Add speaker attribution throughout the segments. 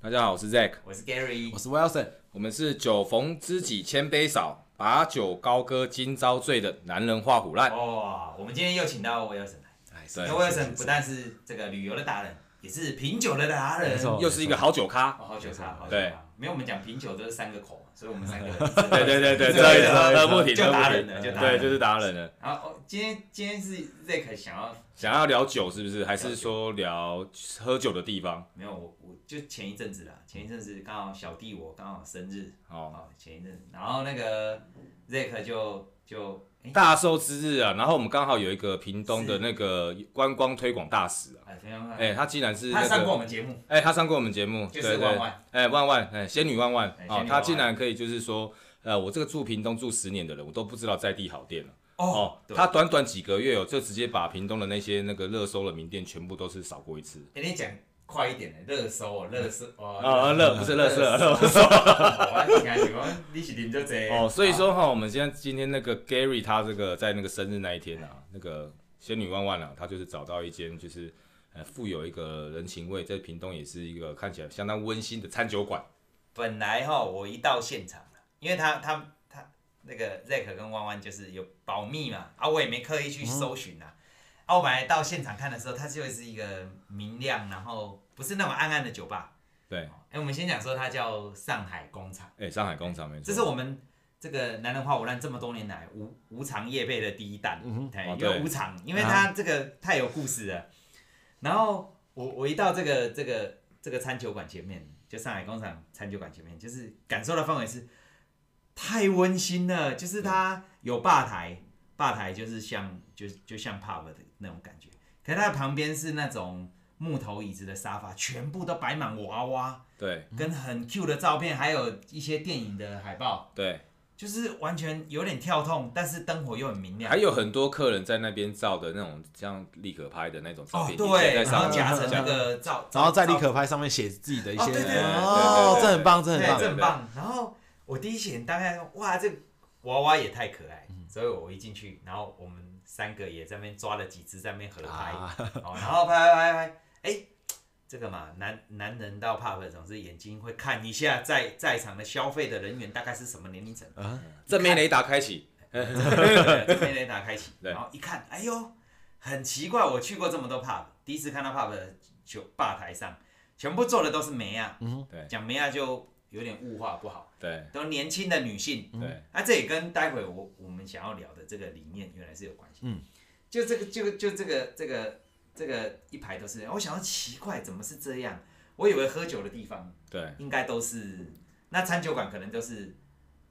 Speaker 1: 大家好，我是 Zack，
Speaker 2: 我是 Gary，
Speaker 3: 我是 Wilson，
Speaker 1: 我们是酒逢知己千杯少，把酒高歌今朝醉的男人画虎烂。
Speaker 2: 哇，我们今天又请到 Wilson 来，
Speaker 3: 哎，
Speaker 1: 对
Speaker 2: 因为 Wilson 不但是这个旅游的达人，也是品酒的达人
Speaker 3: 没。错
Speaker 1: 又是一个好酒咖。
Speaker 2: 哦，好酒差，好酒
Speaker 1: 对
Speaker 2: 差。没有，我们讲品酒都是三个口嘛，所以我们三 个。
Speaker 1: 对对对对，这一
Speaker 2: 对对
Speaker 1: 次
Speaker 2: 对
Speaker 1: 呃不停，
Speaker 2: 就
Speaker 1: 喝不
Speaker 2: 达
Speaker 1: 停
Speaker 2: 人了就达人
Speaker 1: 对，
Speaker 2: 了
Speaker 1: 就是达人了。
Speaker 2: 然后哦，今天今天是 Zack 想要
Speaker 1: 想要聊酒是不是？还是说聊喝酒的地方？
Speaker 2: 没有我我就前一阵子啦，前一阵子刚好小弟我刚好生日，
Speaker 1: 哦，
Speaker 2: 哦，前一阵子，然后那个 Zack 就就哎
Speaker 1: 大寿之日啊，然后我们刚好有一个屏东的那个观光推广大使啊，
Speaker 2: 哎，非常
Speaker 1: 哎，他竟然是
Speaker 2: 他
Speaker 1: 那
Speaker 2: 上过
Speaker 1: 个。
Speaker 2: 我们节目，
Speaker 1: 哎、他上过我们节目，
Speaker 2: 就
Speaker 1: 对
Speaker 2: 是
Speaker 1: 对，
Speaker 2: 万万
Speaker 1: 哎、万万，哎、仙女万万，
Speaker 2: 哎仙女
Speaker 1: 哦
Speaker 2: 万，
Speaker 1: 他
Speaker 2: 万
Speaker 1: 竟然可以就是说，呃，我这个住屏东住十年的人，我都不知道在地好店了。
Speaker 2: 哦，对，
Speaker 1: 他短短几个月哦，就直接把屏东的那些那个热搜的名店全部都是扫过一次。
Speaker 2: 哎你讲快一点的，热搜哦，热搜哦，
Speaker 1: 啊，热不是热色，热
Speaker 2: 搜， 我听是讲你是啉就这
Speaker 1: 哦，所以说哈，我们现在今天那个 Gary 他这个在那个生日那一天啊，那个仙女万万啊，他就是找到一间就是呃富有一个人情味，在屏东也是一个看起来相当温馨的餐酒馆。
Speaker 2: 本来哈，我一到现场了，因为他他他那个 Zack 跟弯弯就是有保密嘛，啊，我也没刻意去搜寻啊。啊，我本来到现场看的时候，它就是一个明亮，然后不是那么暗暗的酒吧。
Speaker 1: 对
Speaker 2: 哎、，我们先讲说它叫上海工厂，
Speaker 1: 哎，上海工厂没错，
Speaker 2: 这是我们这个男人花无烂这么多年来无无偿业配的第一弹，哎、
Speaker 1: 哦
Speaker 2: 因为
Speaker 1: 对
Speaker 2: 无偿，因为它这个太有故事了。然后我我一到这个这个这个餐酒馆前面，就上海工厂餐酒馆前面，就是感受的氛围是太温馨了，就是它有吧台，吧台就是像就就像 pub 的那种感觉，可是它的旁边是那种木头椅子的沙发，全部都摆满娃娃。
Speaker 1: 对
Speaker 2: 跟很 Q 的照片，还有一些电影的海报，
Speaker 1: 对，
Speaker 2: 就是完全有点跳痛，但是灯火又很明亮。
Speaker 3: 哎
Speaker 1: 还有很多客人在那边照的那种像立可拍的那种照
Speaker 2: 哦，
Speaker 1: 片，也
Speaker 2: 对，
Speaker 1: 在
Speaker 2: 然
Speaker 1: 上
Speaker 2: 后
Speaker 1: 面
Speaker 2: 夹成那
Speaker 1: 对
Speaker 2: 个照，
Speaker 3: 嗯然后在立
Speaker 2: 照
Speaker 3: 可拍上面写自己的一
Speaker 2: 哦
Speaker 3: 些，
Speaker 2: 对对
Speaker 1: 对
Speaker 2: 对
Speaker 3: 哦
Speaker 1: 对对对，
Speaker 3: 这很棒，这
Speaker 2: 对，
Speaker 3: 很
Speaker 2: 这
Speaker 3: 棒，
Speaker 2: 很棒。然后我第一眼大概哇，这娃娃也太可爱，所以我一进去，然后我们三个也在那边抓了几只在那边合拍，
Speaker 3: 啊
Speaker 2: 哦，然后拍拍拍拍，哎，这个嘛，男男人到 pub 总是眼睛会看一下在在场的消费的人员大概是什么年龄层。
Speaker 1: 正面雷达开启，
Speaker 2: 这边雷达开启，
Speaker 1: 对
Speaker 2: 然后一看，哎呦，很奇怪，我去过这么多 pub，第一次看到 pub 的酒吧台上，全部坐的都是梅亚，
Speaker 1: 对
Speaker 2: 讲梅亚啊就有点物化不好，
Speaker 1: 对
Speaker 2: 都年轻的女性，
Speaker 1: 对
Speaker 2: 那、这也跟待会我我们想要聊的这个理念原来是有关系，嗯，就这个就就这个这个这个一排都是，我想要奇怪怎么是这样，我以为喝酒的地方
Speaker 1: 对
Speaker 2: 应该都是那餐酒馆可能都是，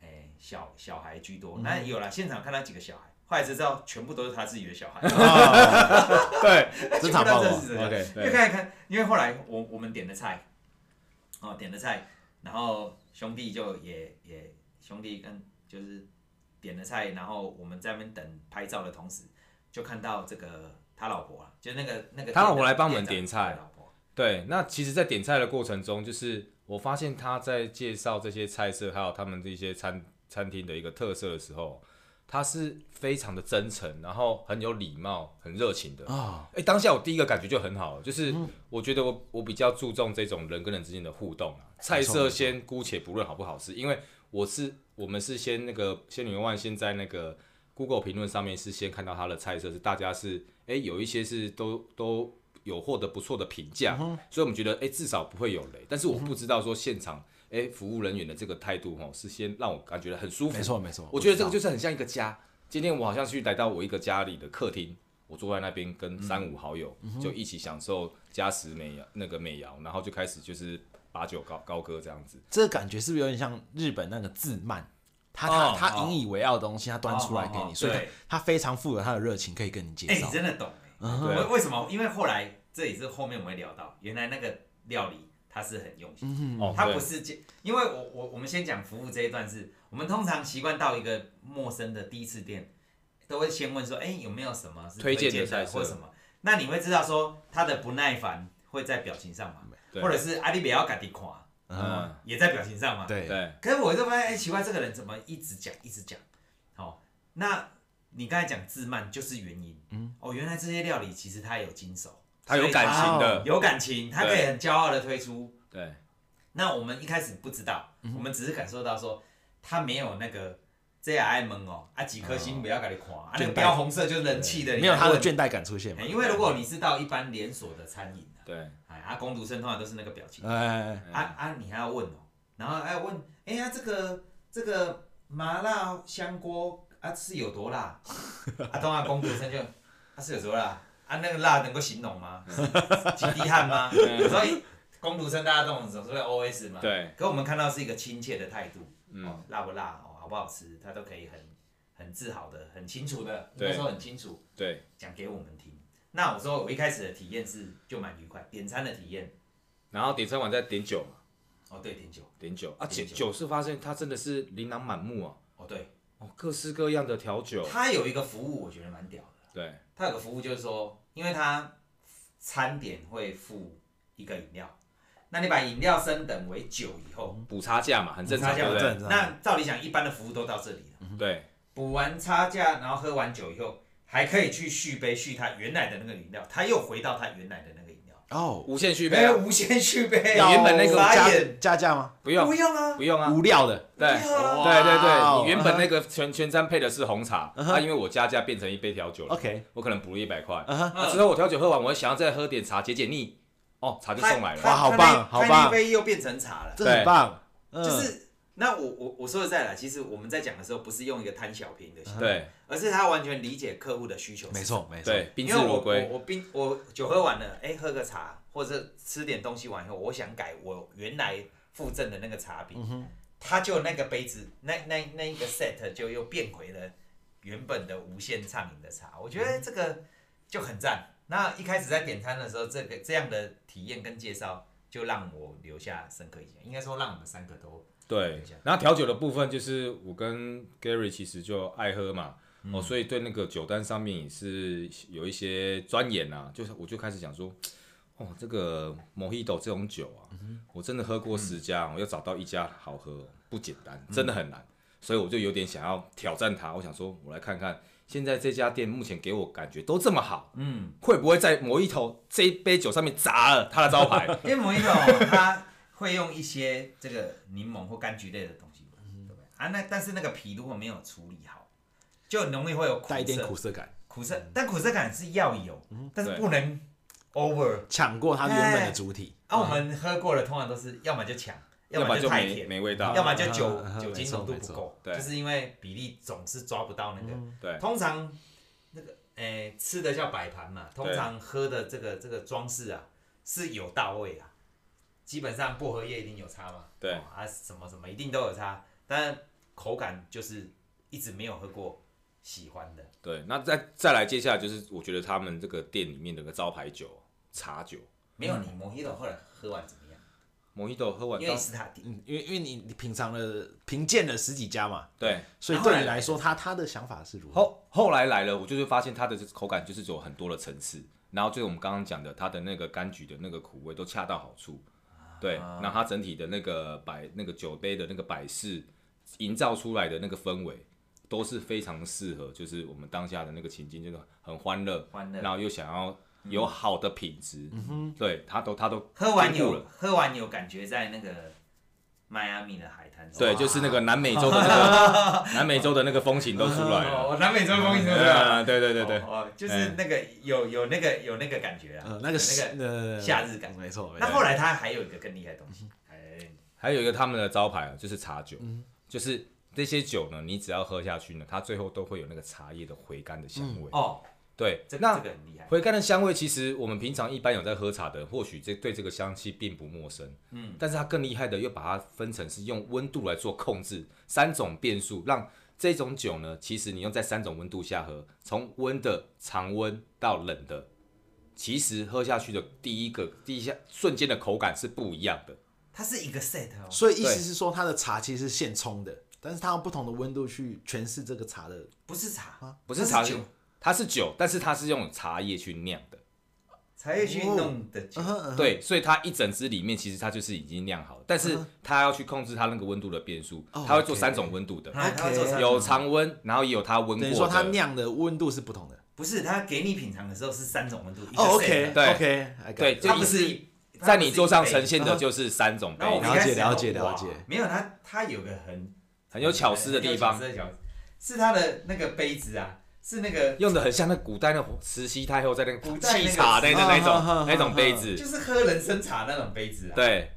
Speaker 2: 哎、小小孩居多。
Speaker 1: 嗯
Speaker 2: 那有啦，现场看到几个小孩，后来才知道全部都是他自己的小 孩，
Speaker 3: 哦
Speaker 1: 对，
Speaker 3: 真场爆
Speaker 2: 全部都
Speaker 3: 我
Speaker 2: 是这样
Speaker 3: ，OK，
Speaker 2: 因为看一看，因为后来我我们点的菜，哦点的菜，然后兄弟就也也兄弟跟就是点了菜，然后我们在那边等拍照的同时，就看到这个他老婆啊，就那个那个
Speaker 1: 他老婆
Speaker 2: 店的
Speaker 1: 来帮我们
Speaker 2: 店
Speaker 1: 点
Speaker 2: 长
Speaker 1: 菜
Speaker 2: 他老婆
Speaker 1: 对，那其实，在点菜的过程中，就是我发现他在介绍这些菜色，还有他们这些餐餐厅的一个特色的时候，他是非常的真诚，然后很有礼貌、很热情的。
Speaker 3: 啊，
Speaker 1: 哎、当下我第一个感觉就很好，就是我觉得我我比较注重这种人跟人之间的互动啊。菜色先姑且不论好不好吃，因为我是我们是先那个仙女万先在那个 Google 评论上面是先看到它的菜色是大家是哎、有一些是都都有获得不错的评价，所以我们觉得哎、至少不会有雷。但是我不知道说现场哎、服务人员的这个态度哦是先让我感觉很舒服，
Speaker 3: 没错没错，
Speaker 1: 我觉得这个
Speaker 3: 就
Speaker 1: 就是很像一个家。今天我好像去来到我一个家里的客厅，我坐在那边跟三五好友、就一起享受家食美肴那个美肴，然后就开始就是把酒高高歌这样子。
Speaker 3: 这个感觉是不是有点像日本那个自慢？他
Speaker 1: 哦
Speaker 3: 他他
Speaker 1: 哦
Speaker 3: 引以为傲的东西，他端出来给
Speaker 2: 哦哦哦
Speaker 3: 你，所以
Speaker 2: 对
Speaker 3: 他他非常富有他的热情，可以跟你介
Speaker 2: 哎、
Speaker 3: 绍嗯
Speaker 2: 你。真的懂、欸。
Speaker 1: 对
Speaker 2: 为为什么？因为后来这也是后面我们会聊到，原来那个料理它是很用
Speaker 3: 嗯
Speaker 2: 心，
Speaker 1: 哦，
Speaker 2: 它
Speaker 1: 对
Speaker 2: 不是介因为我我我们先讲服务这一段是，我们通常习惯到一个陌生的第一次店，都会先问说，哎、有没有什么是
Speaker 1: 推荐的
Speaker 2: 荐
Speaker 1: 菜
Speaker 2: 的
Speaker 1: 色
Speaker 2: 或什么？那你会知道说他的不耐烦会在表情上嘛，
Speaker 1: 对
Speaker 2: 或者是阿里不要赶紧看，
Speaker 1: 嗯，
Speaker 2: 也在表情上嘛。
Speaker 3: 对，
Speaker 1: 对
Speaker 2: 可是我就发现，哎、奇怪，这个人怎么一直讲，一直讲？哦，那你刚才讲自慢就是原因。嗯，哦，原来这些料理其实他有经手，
Speaker 1: 他有感情
Speaker 2: 所以哦
Speaker 1: 的，
Speaker 2: 它有感情，他可以很骄傲的推出。
Speaker 1: 对
Speaker 2: 那我们一开始不知道，
Speaker 3: 嗯
Speaker 2: 我们只是感受到说他没有那个这样爱蒙哦，啊几颗星不要给你看，啊那个
Speaker 3: 倦怠
Speaker 2: 标红色就是人气的，
Speaker 3: 没有他的
Speaker 2: 你
Speaker 3: 倦怠感出现
Speaker 2: 还问。？
Speaker 3: 嘛
Speaker 2: 哎因为如果你是到一般连锁的餐饮啊，
Speaker 1: 对，
Speaker 2: 哎，啊工读生通常都是那个表情，
Speaker 3: 哎，
Speaker 1: 嗯
Speaker 2: 啊啊你还要问哦，然后还要问，哎呀这个这个麻辣香锅啊是有多辣？ 啊当然工读生就啊是有多辣？啊那个辣能够形容 吗？是是几滴汗吗？所以工读生大家懂总是会 OS 嘛，
Speaker 1: 嗯对，
Speaker 2: 可我们看到是一个亲切的态度，
Speaker 1: 嗯，
Speaker 2: 哦，辣不辣，哦，好不好吃，他都可以很很自豪的、很清楚的，
Speaker 1: 对
Speaker 2: 那时候很清楚
Speaker 1: 对，
Speaker 2: 讲给我们听。那我说我一开始的体验是就蛮愉快，点餐的体验，
Speaker 1: 然后点餐完再点酒嘛，
Speaker 2: 哦对，点酒，
Speaker 1: 点酒啊，酒
Speaker 2: 点酒
Speaker 1: 酒是发现它真的是琳琅满目啊，
Speaker 2: 哦对，
Speaker 1: 哦，各式各样的调酒，
Speaker 2: 他有一个服务我觉得蛮屌的，
Speaker 1: 对，
Speaker 2: 他有个服务就是说，因为他餐点会附一个饮料，那你把饮料升等为酒以后，
Speaker 1: 补差价嘛，很嗯正常，嗯
Speaker 2: 差价
Speaker 1: 对不对？
Speaker 3: 很正常
Speaker 2: 那照理讲一般的服务都到这里了。
Speaker 1: 对，
Speaker 2: 补完差价，然后喝完酒以后，还可以去续杯续他原来的那个饮料，他又回到他原来的那个饮料，
Speaker 3: 哦，
Speaker 1: 无限续
Speaker 2: 没
Speaker 1: 杯啊
Speaker 2: 有，无限 续杯，
Speaker 1: 要原本那个
Speaker 2: 傻
Speaker 3: 加
Speaker 2: 眼，
Speaker 3: 加价吗？
Speaker 1: 不用
Speaker 2: 不用啊，
Speaker 1: 不用啊，
Speaker 3: 无料的，
Speaker 1: 对，对
Speaker 2: 哇
Speaker 1: 对对，
Speaker 3: 哦
Speaker 1: 你原本那个全全餐配的是红茶，啊，因为我加价变成一杯调酒了
Speaker 3: OK
Speaker 1: 我可能补了一百块，
Speaker 3: 嗯哼，
Speaker 1: 那之后我调酒喝完，我想要再喝点茶解解腻，哦，茶就送来
Speaker 2: 他
Speaker 1: 了，
Speaker 3: 哇好
Speaker 2: 他
Speaker 3: 棒
Speaker 2: 那
Speaker 3: 好
Speaker 2: 他
Speaker 3: 棒
Speaker 2: 那杯又变成茶了，
Speaker 3: 这很棒，嗯
Speaker 2: 就是那我我我说实在啦，其实我们在讲的时候，不是用一个贪小便宜的心态，
Speaker 1: 对
Speaker 2: 而是他完全理解客户的需求，
Speaker 3: 没。错没错，
Speaker 1: 对，宾
Speaker 2: 因
Speaker 1: 至
Speaker 2: 为我
Speaker 1: 如
Speaker 2: 我
Speaker 1: 归，
Speaker 2: 我冰我酒喝完了，哎、喝个茶或者吃点东西完以后，我想改我原来附赠的那个茶
Speaker 1: 嗯
Speaker 2: 饼，它就那个杯子那那那一个 set 就又变回了原本的无限畅饮的茶，我觉
Speaker 1: 嗯
Speaker 2: 得这个就很赞。那一开始在点餐的时候，这个这样的体验跟介绍就让我留下深刻印象，应该说让我们三个都
Speaker 1: 对
Speaker 2: 一下，
Speaker 1: 然后调酒的部分就是我跟 Gary 其实就爱喝嘛，
Speaker 2: 嗯
Speaker 1: 哦，所以对那个酒单上面也是有一些钻研啊，就是我就开始想说，哦，这个 Mojito 这种酒
Speaker 2: 嗯
Speaker 1: 啊，我真的喝过十家，我要找到一家好喝哦不简单，
Speaker 2: 嗯
Speaker 1: 真的很难，所以我就有点想要挑战它，我想说我来看看现在这家店目前给我感觉都这么好，嗯，会不会在 Mojito 这一杯酒上面砸了它的招牌？
Speaker 2: 因为某一种它会用一些这个柠檬或柑橘类的东西嘛，对不对？啊，那但是那个皮如果没有处理好，就很容易会有苦
Speaker 3: 带一点
Speaker 2: 涩，
Speaker 3: 苦涩感，
Speaker 2: 苦涩，但苦涩感是要有，但是
Speaker 1: 对
Speaker 2: 不能 over。
Speaker 3: 抢过它原本的主体。
Speaker 2: 啊，我们喝过的通常都是 要么就强，
Speaker 1: 要
Speaker 2: 么
Speaker 1: 就
Speaker 2: 太
Speaker 1: 没
Speaker 2: 甜，
Speaker 1: 没味道，
Speaker 2: 要么就酒
Speaker 3: 啊啊啊
Speaker 2: 酒精
Speaker 3: 没错
Speaker 2: 浓度
Speaker 3: 没
Speaker 2: 不
Speaker 3: 错
Speaker 2: 够，
Speaker 1: 对
Speaker 2: 就是因为比例总是抓不到那个。
Speaker 1: 对
Speaker 2: 通常那个诶、吃的叫摆盘嘛，通
Speaker 1: 对
Speaker 2: 常喝的这个这个装饰啊是有到位啊，基本上薄荷叶一定有差嘛，
Speaker 1: 对
Speaker 2: 哦啊什么什么一定都有差，但口感就是一直没有喝过喜欢的，
Speaker 1: 对，那再再来，接下来就是我觉得他们这个店里面的个招牌酒茶酒，
Speaker 2: 没有你摩希豆后来喝完怎么样？
Speaker 1: 摩希豆喝完
Speaker 2: 因为
Speaker 1: 到
Speaker 2: 是他点，
Speaker 3: 嗯，因为因为你你品尝了品鉴了十几家嘛，
Speaker 1: 对，
Speaker 3: 所以对你来说，他他的想法是如何？
Speaker 1: 后后来来了，我就是发现它的口感就是有很多的层次，然后就是我们刚刚讲的，它的那个柑橘的那个苦味都恰到好处，对，那它整体的那个摆那个酒杯的那个摆饰，营造出来的那个氛围。都是非常适合，就是我们当下的那个情境，就是很欢乐，
Speaker 2: 欢乐
Speaker 1: 然后又想要有好的品质，对，它都它都
Speaker 2: 喝完
Speaker 1: 兼顾了
Speaker 2: 有喝完有感觉在那个迈阿密的海滩上，
Speaker 1: 对，就是那个南美洲的那 个南美洲的那个风情都出来了。
Speaker 2: 哦，南美洲风情对吧？
Speaker 1: 啊，对对对对嗯
Speaker 2: 哦，哦就是那个有有那个有那个感觉啊，
Speaker 3: 呃，
Speaker 2: 有
Speaker 3: 那
Speaker 2: 那
Speaker 3: 个是
Speaker 2: 个。
Speaker 3: 呃
Speaker 2: 夏日感
Speaker 3: 没错没
Speaker 2: 那
Speaker 3: 错。
Speaker 2: 后来他还有一个更厉害的
Speaker 3: 嗯
Speaker 2: 东西，哎，
Speaker 1: 还有一个他们的招牌啊，就是茶酒，
Speaker 2: 嗯
Speaker 1: 就是这些酒呢，你只要喝下去呢，它最后都会有那个茶叶的回甘的香味。
Speaker 2: 哦，
Speaker 1: 对，
Speaker 2: 这
Speaker 1: 那
Speaker 2: 这个很厉害，
Speaker 1: 回甘的香味，其实我们平常一般有在喝茶的人，或许这对这个香气并不陌生。嗯，但是它更厉害的，又把它分成是用温度来做控制，三种变数，让这种酒呢，其实你用在三种温度下喝，从温的常温到冷的，其实喝下去的第一个第一下瞬间的口感是不一样的。
Speaker 2: 它是一个 set 哦，
Speaker 3: 所以意
Speaker 1: 对
Speaker 3: 思是说，它的茶其实是现冲的，但是它用不同的温度去诠释这个茶的
Speaker 2: 不是
Speaker 3: 啊
Speaker 2: 茶，
Speaker 1: 不
Speaker 2: 它
Speaker 1: 是茶
Speaker 2: 酒，
Speaker 1: 它是酒，但是它是用茶叶去酿的。
Speaker 2: 茶叶去弄的酒，
Speaker 3: 哦
Speaker 1: 对，所以它一整支里面其实它就是已经酿好了，但
Speaker 2: 嗯
Speaker 1: 是它要去控制它那个温度的变数，
Speaker 3: 哦
Speaker 1: 它会做
Speaker 3: OK
Speaker 1: 三种温度的，
Speaker 2: 它它会做三种
Speaker 1: 有常温，然后也有它温
Speaker 3: 等于
Speaker 1: 过
Speaker 3: 说它
Speaker 1: 的。
Speaker 3: 酿的温度是不同的。
Speaker 2: 不是他给你品尝的时候是三种温度，一个
Speaker 3: 哦
Speaker 2: set
Speaker 3: ，OK，
Speaker 1: 对
Speaker 3: OK，
Speaker 1: 对就
Speaker 2: 它不是一，嗯
Speaker 1: 在你桌上呈现的就是三种杯
Speaker 2: 然后我
Speaker 1: 子，
Speaker 2: 们一开始想
Speaker 3: 了
Speaker 2: 说
Speaker 3: 解了
Speaker 2: 哇
Speaker 3: 解
Speaker 2: 没有它它有个很
Speaker 1: 很有巧思的地方
Speaker 2: 很，有巧思的巧思是它的那个杯子啊，是那个
Speaker 1: 用的很像那古代那慈禧太后在那
Speaker 2: 古
Speaker 1: 个
Speaker 2: 代那个嗯
Speaker 1: 沏茶的那那
Speaker 3: 啊哈哈
Speaker 1: 种那种杯子，
Speaker 2: 就是喝人参茶那种杯子啊。嗯
Speaker 1: 对，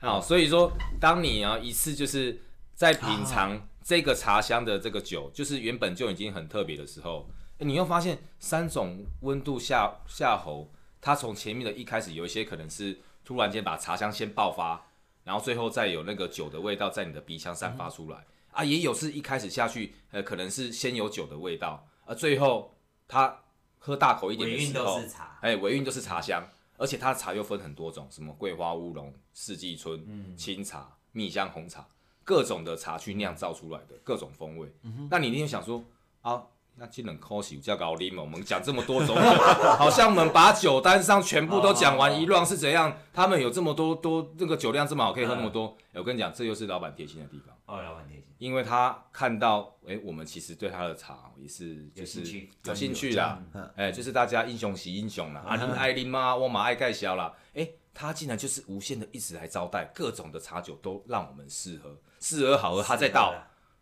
Speaker 1: 好，所以说，当你啊一次就是在品
Speaker 2: 啊
Speaker 1: 尝这个茶香的这个酒，就是原本就已经很特别的时候，诶你会发现三种温度下下喉，它从前面的一开始有一些可能是突然间把茶香先爆发，然后最后再有那个酒的味道在你的鼻腔散发
Speaker 2: 嗯
Speaker 1: 出来、啊，也有是一开始下去，呃，可能是先有酒的味道，而最后它喝大口一点
Speaker 2: 尾
Speaker 1: 的
Speaker 2: 韵
Speaker 1: 时
Speaker 2: 都
Speaker 1: 候
Speaker 2: 是，茶，
Speaker 1: 哎，尾韵就是茶香，而且它的茶又分很多种，什么桂花乌龙、四季春、清茶、蜜香红茶，各种的茶去酿造出来的各种风味。那你一定会想说啊，那这冷口喜叫高丽嘛？我们讲这么多种酒， 好像我们把酒单上全部都讲完一 round 是怎样？他们有这么多多那个酒量这么好，可以喝那么多？哎我跟你讲，这就是老板贴心的地方。
Speaker 2: 哦，老板贴心，
Speaker 1: 因为他看到，哎、我们其实对他的茶哦也是就
Speaker 2: 有
Speaker 1: 是
Speaker 2: 兴趣
Speaker 1: 有兴趣啦，
Speaker 3: 嗯
Speaker 1: 哎、就是大家英雄惜英雄啦，啊，林爱林嘛，我马爱盖销啦，哎、他竟然就是无限的一直来招待各种的茶酒，都让我们试喝，试喝好喝，哦他再
Speaker 2: 啊
Speaker 1: 倒，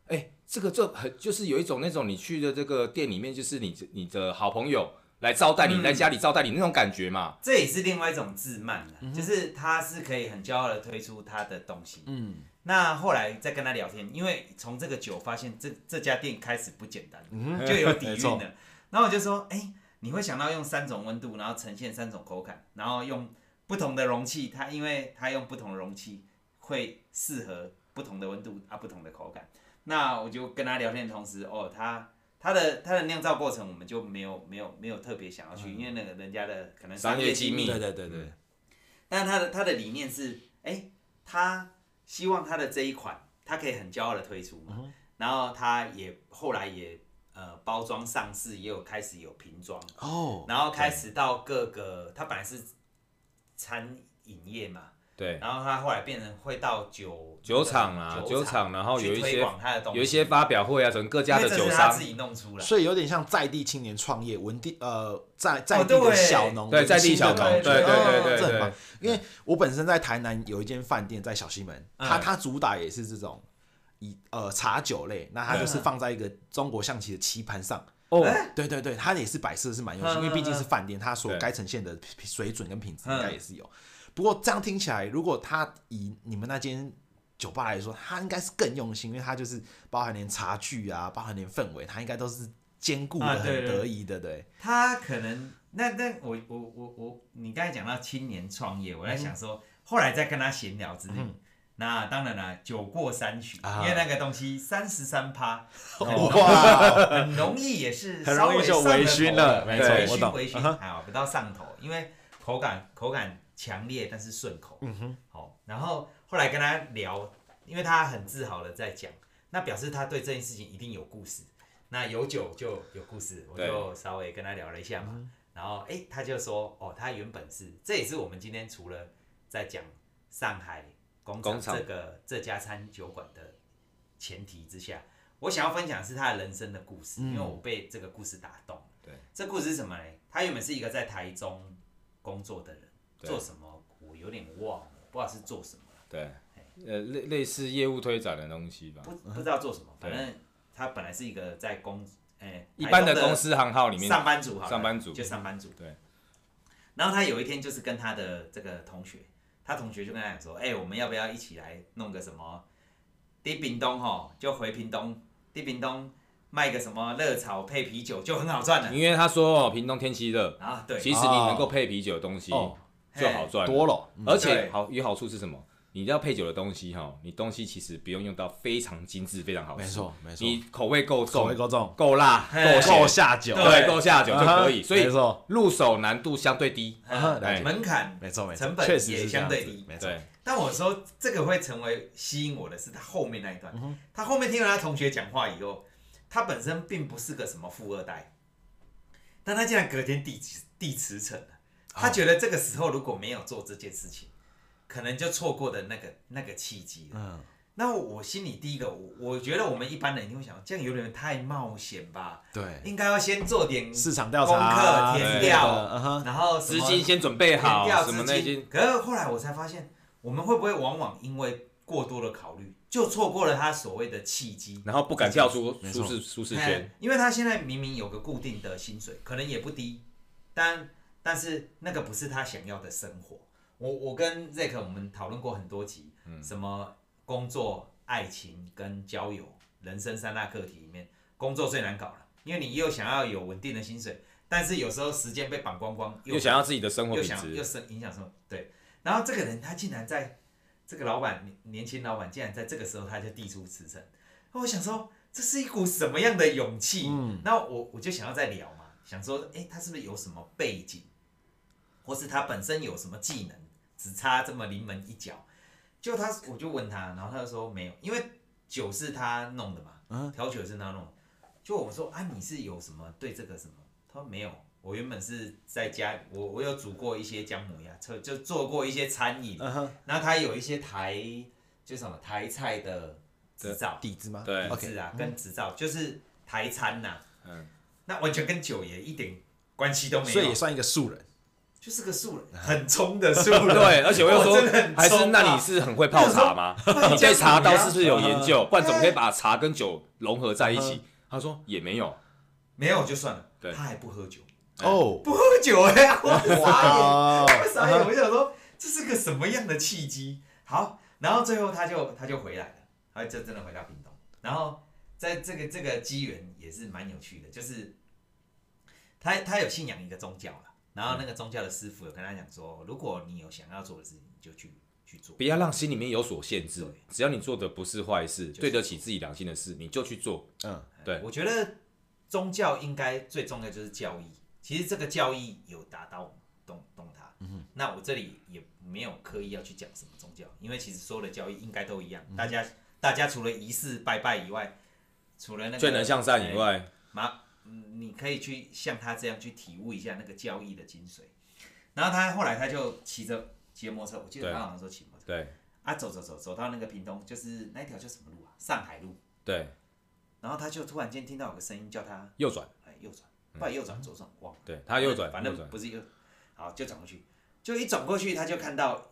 Speaker 1: 哎、这个就很就是有一种那种你去的这个店里面，就是你你的好朋友来招待你，来家里招待你那种感觉嘛，
Speaker 2: 这也是另外一种自慢
Speaker 3: 嗯
Speaker 2: 的，就是他是可以很骄傲的推出他的东西。
Speaker 3: 嗯，
Speaker 2: 那后来再跟他聊天，因为从这个酒发现这这家店开始不简单，就有底
Speaker 3: 嗯没
Speaker 2: 蕴
Speaker 3: 错
Speaker 2: 了。然后我就说，哎、你会想到用三种温度，然后呈现三种口感，然后用不同的容器，它因为它用不同的容器会适合不同的温度啊，不同的口感。那我就跟他聊天的同时，哦，他他的他的酿造过程我们就没有没有没有特别想要去，因为那个人家的可能
Speaker 1: 商业机密
Speaker 3: 对对对对，
Speaker 2: 但他的他的理念是，哎、他希望他的这一款，他可以很骄傲的推出嘛。然后他也后来也呃包装上市，也有开始有瓶装，
Speaker 3: 哦，
Speaker 2: 然后开始到各个，他本来是餐饮业嘛，
Speaker 1: 对，
Speaker 2: 然后他后来变成会到酒
Speaker 1: 酒厂啊，酒厂，然后有
Speaker 2: 去
Speaker 1: 一
Speaker 2: 推
Speaker 1: 些
Speaker 2: 广他的东西，
Speaker 1: 有一些发表会啊，整个各家
Speaker 2: 因
Speaker 1: 的
Speaker 2: 为这
Speaker 1: 酒
Speaker 2: 是他
Speaker 1: 商
Speaker 2: 自。己弄出来。
Speaker 3: 所以有点像在地青年创业，文地呃在在地的
Speaker 2: 对
Speaker 3: 小农，
Speaker 1: 对在地
Speaker 3: 哦新的
Speaker 1: 小农
Speaker 3: 感觉
Speaker 2: 对对对
Speaker 3: 哦
Speaker 2: 对对
Speaker 3: 这很
Speaker 1: 对
Speaker 3: 棒。因为我本身在台南有一间饭店在小西门，它
Speaker 2: 嗯
Speaker 3: 它主打也是这种以呃茶酒类，那它
Speaker 2: 嗯
Speaker 3: 就是放在一个中国象棋的棋盘上。
Speaker 1: 哦，
Speaker 2: 哎
Speaker 3: 对对对，它也是摆设是蛮用心，因为毕竟是饭店，它所
Speaker 1: 对
Speaker 3: 该呈现的品水准跟品质
Speaker 2: 嗯
Speaker 3: 应该也是有。不过这样听起来，如果它以你们那间酒吧来说，它应该是更用心，因为它就是包含连茶具啊，包含连氛围，它应该都是兼顾的
Speaker 2: 啊
Speaker 3: 很
Speaker 2: 对对
Speaker 3: 得意的，对。
Speaker 2: 他可能那那我我我我，你刚才讲到青年创业，
Speaker 1: 嗯
Speaker 2: 我在想说，后来再跟他闲聊之类。那当然啦，酒过三巡，
Speaker 3: 啊
Speaker 2: 因为那个东西三十三 趴，
Speaker 3: 哇，
Speaker 2: 很容易也是
Speaker 3: 很容易就微醺了
Speaker 2: 了，
Speaker 1: 没错嗯
Speaker 2: 微
Speaker 3: 我
Speaker 2: 醺
Speaker 3: 懂
Speaker 2: 微醺，还好不到上头，因为口感口感强烈，但是顺口。嗯哼，好，然后后来跟他聊，因为他很自豪的在讲，那表示他对这件事情一定有故事。那有酒就有故事，我
Speaker 1: 对嗯
Speaker 2: 就稍微跟他聊了一下嘛，然后诶，他就说哦，他原本是，这也是我们今天除了在讲上海工
Speaker 1: 工
Speaker 2: 厂
Speaker 1: 厂
Speaker 2: 这个这家餐酒馆的前提之下，我想要分享的是他的人生的故事，因为我被这个故事打动。
Speaker 1: 嗯对，
Speaker 2: 这故事是什么呢？他原本是一个在台中工作的人，
Speaker 1: 对
Speaker 2: 做什么我有点忘了，不知道是做什么，
Speaker 1: 对，呃，类类似业务推展的东西吧，
Speaker 2: 不不知道做什么，
Speaker 1: 对
Speaker 2: 反正他本来是一个在工，诶、
Speaker 1: 一般
Speaker 2: 台
Speaker 1: 的
Speaker 2: 中
Speaker 1: 公司行号里面，
Speaker 2: 上班族好了，
Speaker 1: 上班族
Speaker 2: 就上班族。
Speaker 1: 对。
Speaker 2: 然后他有一天就是跟他的这个同学，他同学就跟他讲说：“哎、我们要不要一起来弄个什么？滴屏东吼，就回屏东，滴屏东卖个什么热炒配啤酒就很好赚了。
Speaker 1: 因为他说哦，屏东天气热，
Speaker 2: 啊，对，
Speaker 1: 其实你能够配啤酒的东西
Speaker 3: 哦
Speaker 1: 就好赚
Speaker 3: 多
Speaker 1: 了，
Speaker 3: 了，嗯
Speaker 1: 而且
Speaker 2: 对
Speaker 1: 好有好处是什么？你要配酒的东西哈，你东西其实不用用到非常精致，非常好吃，
Speaker 3: 没错没错
Speaker 1: 你口味够
Speaker 3: 口味
Speaker 1: 重、
Speaker 3: 够重，
Speaker 1: 够辣、
Speaker 2: 嘿
Speaker 1: 够
Speaker 3: 够
Speaker 1: 咸，
Speaker 3: 下酒，
Speaker 1: 对，够下酒就可以，
Speaker 3: 啊哈
Speaker 1: 所以
Speaker 3: 没错
Speaker 1: 入手难度相对低。
Speaker 2: 嗯
Speaker 3: 啊了解
Speaker 2: 门槛
Speaker 3: 没错没错，
Speaker 2: 成本
Speaker 3: 确实
Speaker 2: 也
Speaker 3: 是这样
Speaker 2: 相
Speaker 3: 子
Speaker 2: 对低。
Speaker 3: 没错。
Speaker 1: 对，
Speaker 2: 但我说这个会成为吸引我的是他后面那一段，他后面听了他同学讲话以后，他本身并不是个什么富二代，但他竟然隔天递递辞呈了。他觉得这个时候如果没有做这件事情，可能就错过的那个那个契机了。
Speaker 3: 嗯，
Speaker 2: 那我心里第一个，我我觉得我们一般人一定会想，这样有点太冒险吧，
Speaker 3: 对，
Speaker 2: 应该要先做点
Speaker 3: 市场调
Speaker 2: 功
Speaker 3: 查
Speaker 2: 课填
Speaker 1: 对
Speaker 2: 掉，
Speaker 3: 嗯哼，
Speaker 2: 然后什
Speaker 1: 资
Speaker 2: 么
Speaker 1: 金先准备好
Speaker 2: 填掉，
Speaker 1: 什
Speaker 2: 资
Speaker 1: 么那些
Speaker 2: 金。可是后来我才发现，我们会不会往往因为过多的考虑，就错过了他所谓的契机？
Speaker 1: 然后不敢跳出
Speaker 3: 没
Speaker 1: 舒
Speaker 3: 错
Speaker 1: 适舒适
Speaker 2: 哎
Speaker 1: 圈，
Speaker 2: 因为他现在明明有个固定的薪水，可能也不低，但但是那个不是他想要的生活。我我跟 Zack 我们讨论过很多集，
Speaker 1: 嗯
Speaker 2: 什么工作、爱情跟交友，人生三大课题里面，工作最难搞了，因为你又想要有稳定的薪水，但是有时候时间被绑光光，
Speaker 1: 又想要自己的生活
Speaker 2: 又
Speaker 1: 品
Speaker 2: 想又
Speaker 1: 质，
Speaker 2: 生影响什么？对，然后这个人他竟然在这个老板年年轻老板竟然在这个时候他就递出辞呈，那我想说这是一股什么样的勇气？嗯，那我我就想要再聊嘛，想说诶，他是不是有什么背景，或是他本身有什么技能，只差这么临门一脚？就他我就问他，然后他就说没有，因为酒是他弄的
Speaker 3: 嗯
Speaker 2: 嘛，调酒是他弄的。就我说啊，你是有什么对这个什么？他说没有，我原本是在家，我我有煮过一些姜母鸭，就就做过一些餐饮，
Speaker 3: 嗯哼，
Speaker 2: 然后他有一些台就什么台菜的执照，
Speaker 3: 底子吗？
Speaker 1: 对
Speaker 2: 底子
Speaker 3: ，OK，
Speaker 2: 啊跟执照就是台餐呐、
Speaker 1: 嗯，
Speaker 2: 那完全跟酒也一点关系都没
Speaker 3: 所以也
Speaker 2: 有，
Speaker 3: 算一个素人，
Speaker 2: 就是个素人，很冲的素 人，
Speaker 1: 对，而且我又
Speaker 2: 我
Speaker 1: 说
Speaker 2: 真的很，
Speaker 1: 还是
Speaker 2: 冲
Speaker 1: 那
Speaker 2: 啊
Speaker 1: 你是很会泡茶吗？你对茶倒是不是有研
Speaker 2: 嗯
Speaker 1: 究？不然怎
Speaker 2: 哎
Speaker 1: 么可以把茶跟酒融合在一起？他说也没有，
Speaker 2: 没有就算了，
Speaker 1: 对
Speaker 2: 他还不喝酒，
Speaker 3: 哦，
Speaker 2: 不喝酒哎、呀，我傻眼。
Speaker 3: 哇
Speaker 2: 我傻眼，我就想说这是个什么样的契机？好，然后最后他就他就回来了，他就真的回到屏东。然后在这个这个机缘也是蛮有趣的，就是他他有信仰一个宗教啦，然后那个宗教的师傅有跟他讲说，如果你有想要做的事情，你就去去做。
Speaker 1: 不要让心里面有所限制
Speaker 2: 对。
Speaker 1: 只要你做的不是坏事，
Speaker 2: 是
Speaker 1: 对得起自己良心的事，你就去做。
Speaker 3: 嗯，
Speaker 1: 对
Speaker 2: 我觉得宗教应该最重要就是教义，其实这个教义有达到懂懂它。嗯、那我这里也没有刻意要去讲什么宗教，因为其实所有的教义应该都一样，
Speaker 1: 嗯
Speaker 2: 大家大家除了仪式拜拜以外，除了那个
Speaker 1: 最能向善以，
Speaker 2: 哎
Speaker 1: 外，
Speaker 2: 麻、嗯你可以去像他这样去体悟一下那个教义的精髓。然后他后来他就骑着骑着摩托车，我记得
Speaker 1: 对
Speaker 2: 他好像说骑摩托车
Speaker 1: 对
Speaker 2: 啊，走走走走到那个屏东，就是那一条叫什么路啊？上海路。
Speaker 1: 对，
Speaker 2: 然后他就突然间听到有个声音叫他
Speaker 1: 右转，
Speaker 2: 哎，右转，不然右转左转，忘了。
Speaker 1: 对他嗯啊右转，
Speaker 2: 哎反
Speaker 1: 右
Speaker 2: 正
Speaker 1: 转
Speaker 2: 不是右，好就转过去，就一转过去他就看到，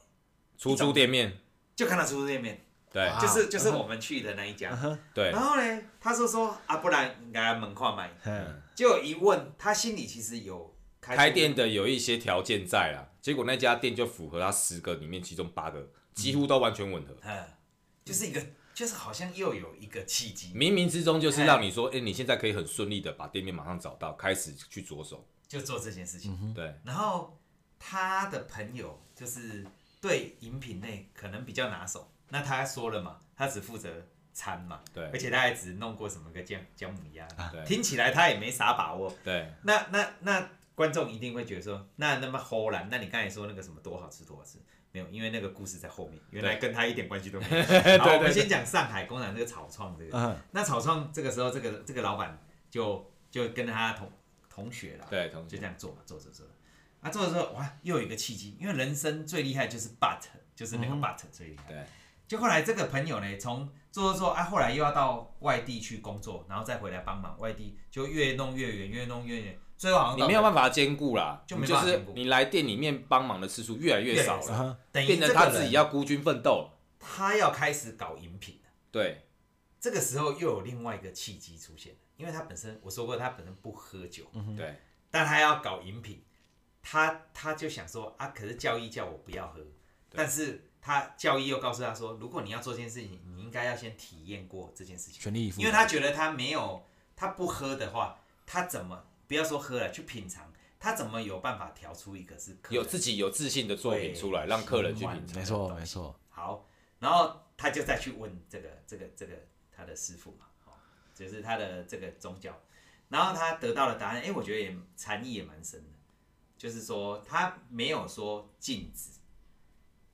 Speaker 1: 出租店面，
Speaker 2: 就看到出租店面，
Speaker 1: 对
Speaker 3: 啊
Speaker 2: 就是就是我们去的那一家。
Speaker 1: 对
Speaker 2: 然，后呢，他说说啊，不然你来门框买。
Speaker 3: 嗯
Speaker 2: 结果一问，他心里其实有开
Speaker 1: 开
Speaker 2: 出
Speaker 1: 店的有一些条件在啦，结果那家店就符合他十个里面其中八个，几乎都完全吻合。
Speaker 2: 嗯，就是一个就是好像又有一个契机，
Speaker 1: 冥冥之中就是让你说，
Speaker 2: 嗯
Speaker 1: 哎、你现在可以很顺利的把店面马上找到，开始去着手。
Speaker 2: 就做这件事情。
Speaker 1: 对，
Speaker 2: 然后他的朋友就是对饮品类可能比较拿手，那他说了嘛，他只负责餐嘛，
Speaker 1: 对啊
Speaker 2: 而且他还只弄过什么个姜姜母鸭，
Speaker 1: 对
Speaker 2: 听起来他也没啥把握。
Speaker 1: 对，
Speaker 2: 那那那观众一定会觉得说，那那么齁然，那你刚才说那个什么多好吃多好吃，没有，因为那个故事在后面，原来跟他一点关 系都没有。好，我们先讲上海工厂这个草创这个，
Speaker 3: 嗯
Speaker 2: 那草创这个时候，这个这个老板就就跟他同同学了，
Speaker 1: 对同学
Speaker 2: 就这样做嘛，做着做着，啊，做着做着，哇，又有一个契机，因为人生最厉害就是 but，就是那个 but 最厉害。
Speaker 1: 嗯对，
Speaker 2: 就后来这个朋友呢，从做做做啊，后来又要到外地去工作，然后再回来帮忙，外地就越弄越远，越弄越远，最后好像
Speaker 1: 你没有
Speaker 2: 法
Speaker 1: 办法兼顾啦，
Speaker 2: 就
Speaker 1: 你
Speaker 2: 没
Speaker 1: 就
Speaker 2: 办法
Speaker 1: 是
Speaker 2: 兼顾
Speaker 1: 你来店里面帮忙的次数越来越少
Speaker 2: 越
Speaker 1: 了，
Speaker 3: 嗯
Speaker 2: 等于
Speaker 1: 变成他自己
Speaker 2: 要
Speaker 1: 要孤军奋斗了。
Speaker 2: 他要开始搞饮品了。
Speaker 1: 对，
Speaker 2: 这个时候又有另外一个契机出现了，因为他本身我说过，他本身不喝酒，
Speaker 1: 对，
Speaker 2: 但他要搞饮品，他他就想说啊，可是教义叫我不要喝，但是他教义又告诉他说，如果你要做这件事情，你应该要先体验过这件事情，
Speaker 3: 全力以赴，
Speaker 2: 因为他觉得他没有他不喝的话，他怎么不要说喝了去品尝，他怎么有办法调出一个是客人
Speaker 1: 有自己有自信的作品
Speaker 2: 对
Speaker 1: 出来，让客人去
Speaker 2: 喜欢
Speaker 1: 品
Speaker 2: 的
Speaker 1: 尝。
Speaker 3: 没错没错，
Speaker 2: 好，然后他就再去问这个这个这个他的师傅嘛，哦，就是他的这个宗教，然后他得到的答案，哎，我觉得也禅意也蛮深的，就是说他没有说禁止，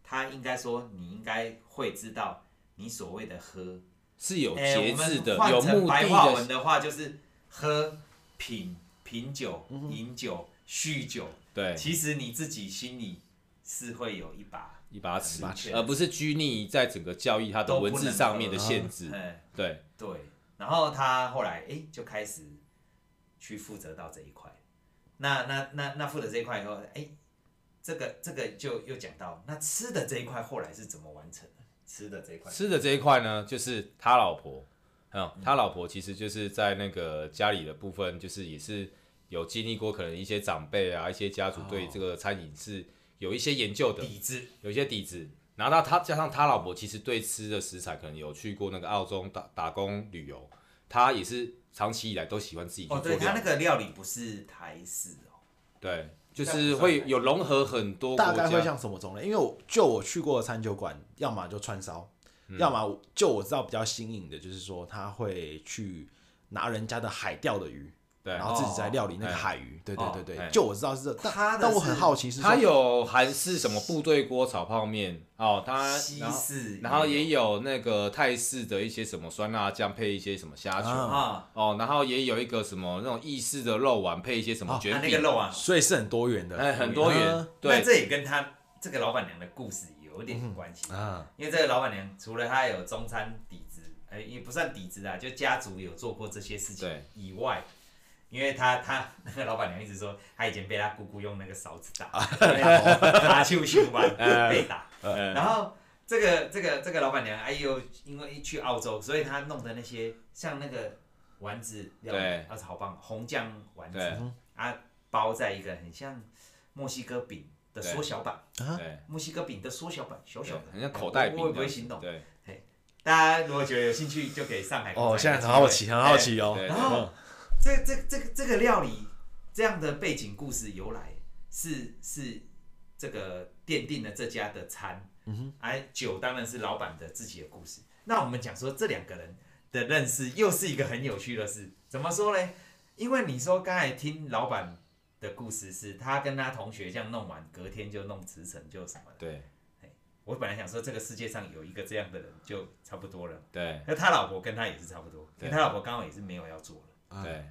Speaker 2: 他应该说你应该会知道你所谓的喝，
Speaker 1: 是有
Speaker 2: 哎，
Speaker 1: 节
Speaker 2: 我
Speaker 1: 制
Speaker 2: 们
Speaker 1: 的，
Speaker 2: 换
Speaker 1: 有
Speaker 2: 成
Speaker 1: 目
Speaker 2: 白话
Speaker 1: 的
Speaker 2: 文
Speaker 1: 的。
Speaker 2: 的话就是喝品品酒、饮酒、酗酒，
Speaker 1: 嗯对，
Speaker 2: 其实你自己心里是会有一把，
Speaker 1: 一把尺
Speaker 3: 把尺，
Speaker 1: 而不是拘泥在整个教义它的
Speaker 2: 都不
Speaker 1: 文字
Speaker 2: 能
Speaker 1: 上
Speaker 2: 合
Speaker 1: 面的
Speaker 2: 啊
Speaker 1: 限制。
Speaker 2: 哎，
Speaker 1: 对，
Speaker 2: 对。然后他后来哎、诶就开始去负责到这一块，那那那那负责这一块以后，哎、这个这个就又讲到那吃的这一块后来是怎么完成的？吃的这一块，
Speaker 1: 吃的这一块呢，就是他老婆，嗯，他老婆其实就是在那个家里的部分，就是也是有经历过可能一些长辈啊，一些家族对这个餐饮是有一些研究的，
Speaker 2: 底子，
Speaker 1: 有一些底子。然后他加上他老婆其实对吃的食材可能有去过那个澳洲打打工旅游，他也是长期以来都喜欢自己去
Speaker 2: 哦，
Speaker 1: 做
Speaker 2: 对
Speaker 1: 料
Speaker 2: 他那
Speaker 1: 理，
Speaker 2: 个料理不是台式哦，
Speaker 1: 对，就
Speaker 2: 那不
Speaker 1: 是
Speaker 2: 算
Speaker 1: 会
Speaker 2: 台
Speaker 1: 有融合很多
Speaker 3: 大
Speaker 1: 国
Speaker 3: 概会
Speaker 1: 家，
Speaker 3: 像什么种类？因为我就我去过的餐酒馆，要么就串烧，
Speaker 2: 嗯
Speaker 3: 要么我就我知道比较新颖的，就是说他会去拿人家的海钓的鱼，
Speaker 1: 对
Speaker 3: 然，后自己在料理那个
Speaker 1: 哦
Speaker 3: 海鱼。对对
Speaker 2: 哦
Speaker 3: 对对，
Speaker 1: 哎
Speaker 3: 就我知道是这，
Speaker 2: 他
Speaker 3: 但
Speaker 2: 的
Speaker 3: 但我
Speaker 2: 是
Speaker 3: 很好奇是说
Speaker 1: 他有韩式什么部队锅炒泡面哦，他
Speaker 2: 西
Speaker 1: 然后
Speaker 2: 式，
Speaker 1: 然后也有那个泰式的一些什么酸辣酱配一些什么虾球、
Speaker 3: 啊
Speaker 2: 啊，
Speaker 1: 哦，然后也有一个什么那种意式的肉丸配一些什么
Speaker 2: 他
Speaker 1: 卷
Speaker 2: 那
Speaker 1: 饼，
Speaker 2: 个肉啊，
Speaker 3: 所以是很多元的，
Speaker 1: 哎，很多元，
Speaker 3: 啊
Speaker 2: 那
Speaker 1: 对嗯
Speaker 2: 这也跟他这个老板娘的故事有点关系，
Speaker 3: 啊，
Speaker 2: 因为这个老板娘除了她有中餐底子，哎、也不算底子啦，就家族有做过这些事情
Speaker 1: 对
Speaker 2: 以外，因为她她那个老板娘一直说，她以前被她姑姑用那个 勺子打，打秀秀吧，被打。
Speaker 1: 呃
Speaker 2: 然后这个这个这个老板娘，哎呦，因为去澳洲，所以她弄的那些像那个丸子料理
Speaker 1: 对，
Speaker 2: 那是好棒，红酱丸子
Speaker 1: 对
Speaker 2: 啊，包在一个很像墨西哥饼的缩小版，
Speaker 1: 对
Speaker 2: 墨西哥饼的缩小版，小
Speaker 1: 对
Speaker 2: 小的，，
Speaker 1: 很像口袋
Speaker 2: 啊我
Speaker 1: 饼
Speaker 2: 我也
Speaker 1: 这
Speaker 2: 不会
Speaker 1: 样子，
Speaker 2: 形容。
Speaker 1: 对
Speaker 2: 大家如果觉得有兴趣，就给上海。
Speaker 3: 哦，现在很好奇，很好。奇哦，
Speaker 1: 哎对
Speaker 2: 然后这这这个这个料理这样的背景故事由来是是这个奠定了这家的餐，嗯哼，哎，酒当然是老板的自己的故事。那我们讲说这两个人的认识，又是一个很有趣的事。怎么说嘞？因为你说刚才听老板的故事是，他跟他同学这样弄完，隔天就弄辞呈就什么的。
Speaker 1: 对
Speaker 2: 我本来想说这个世界上有一个这样的人就差不多了，
Speaker 1: 对
Speaker 2: 那他老婆跟他也是差不多，因为
Speaker 1: 对
Speaker 2: 他老婆刚好也是没有要做了。
Speaker 3: 啊
Speaker 1: 对，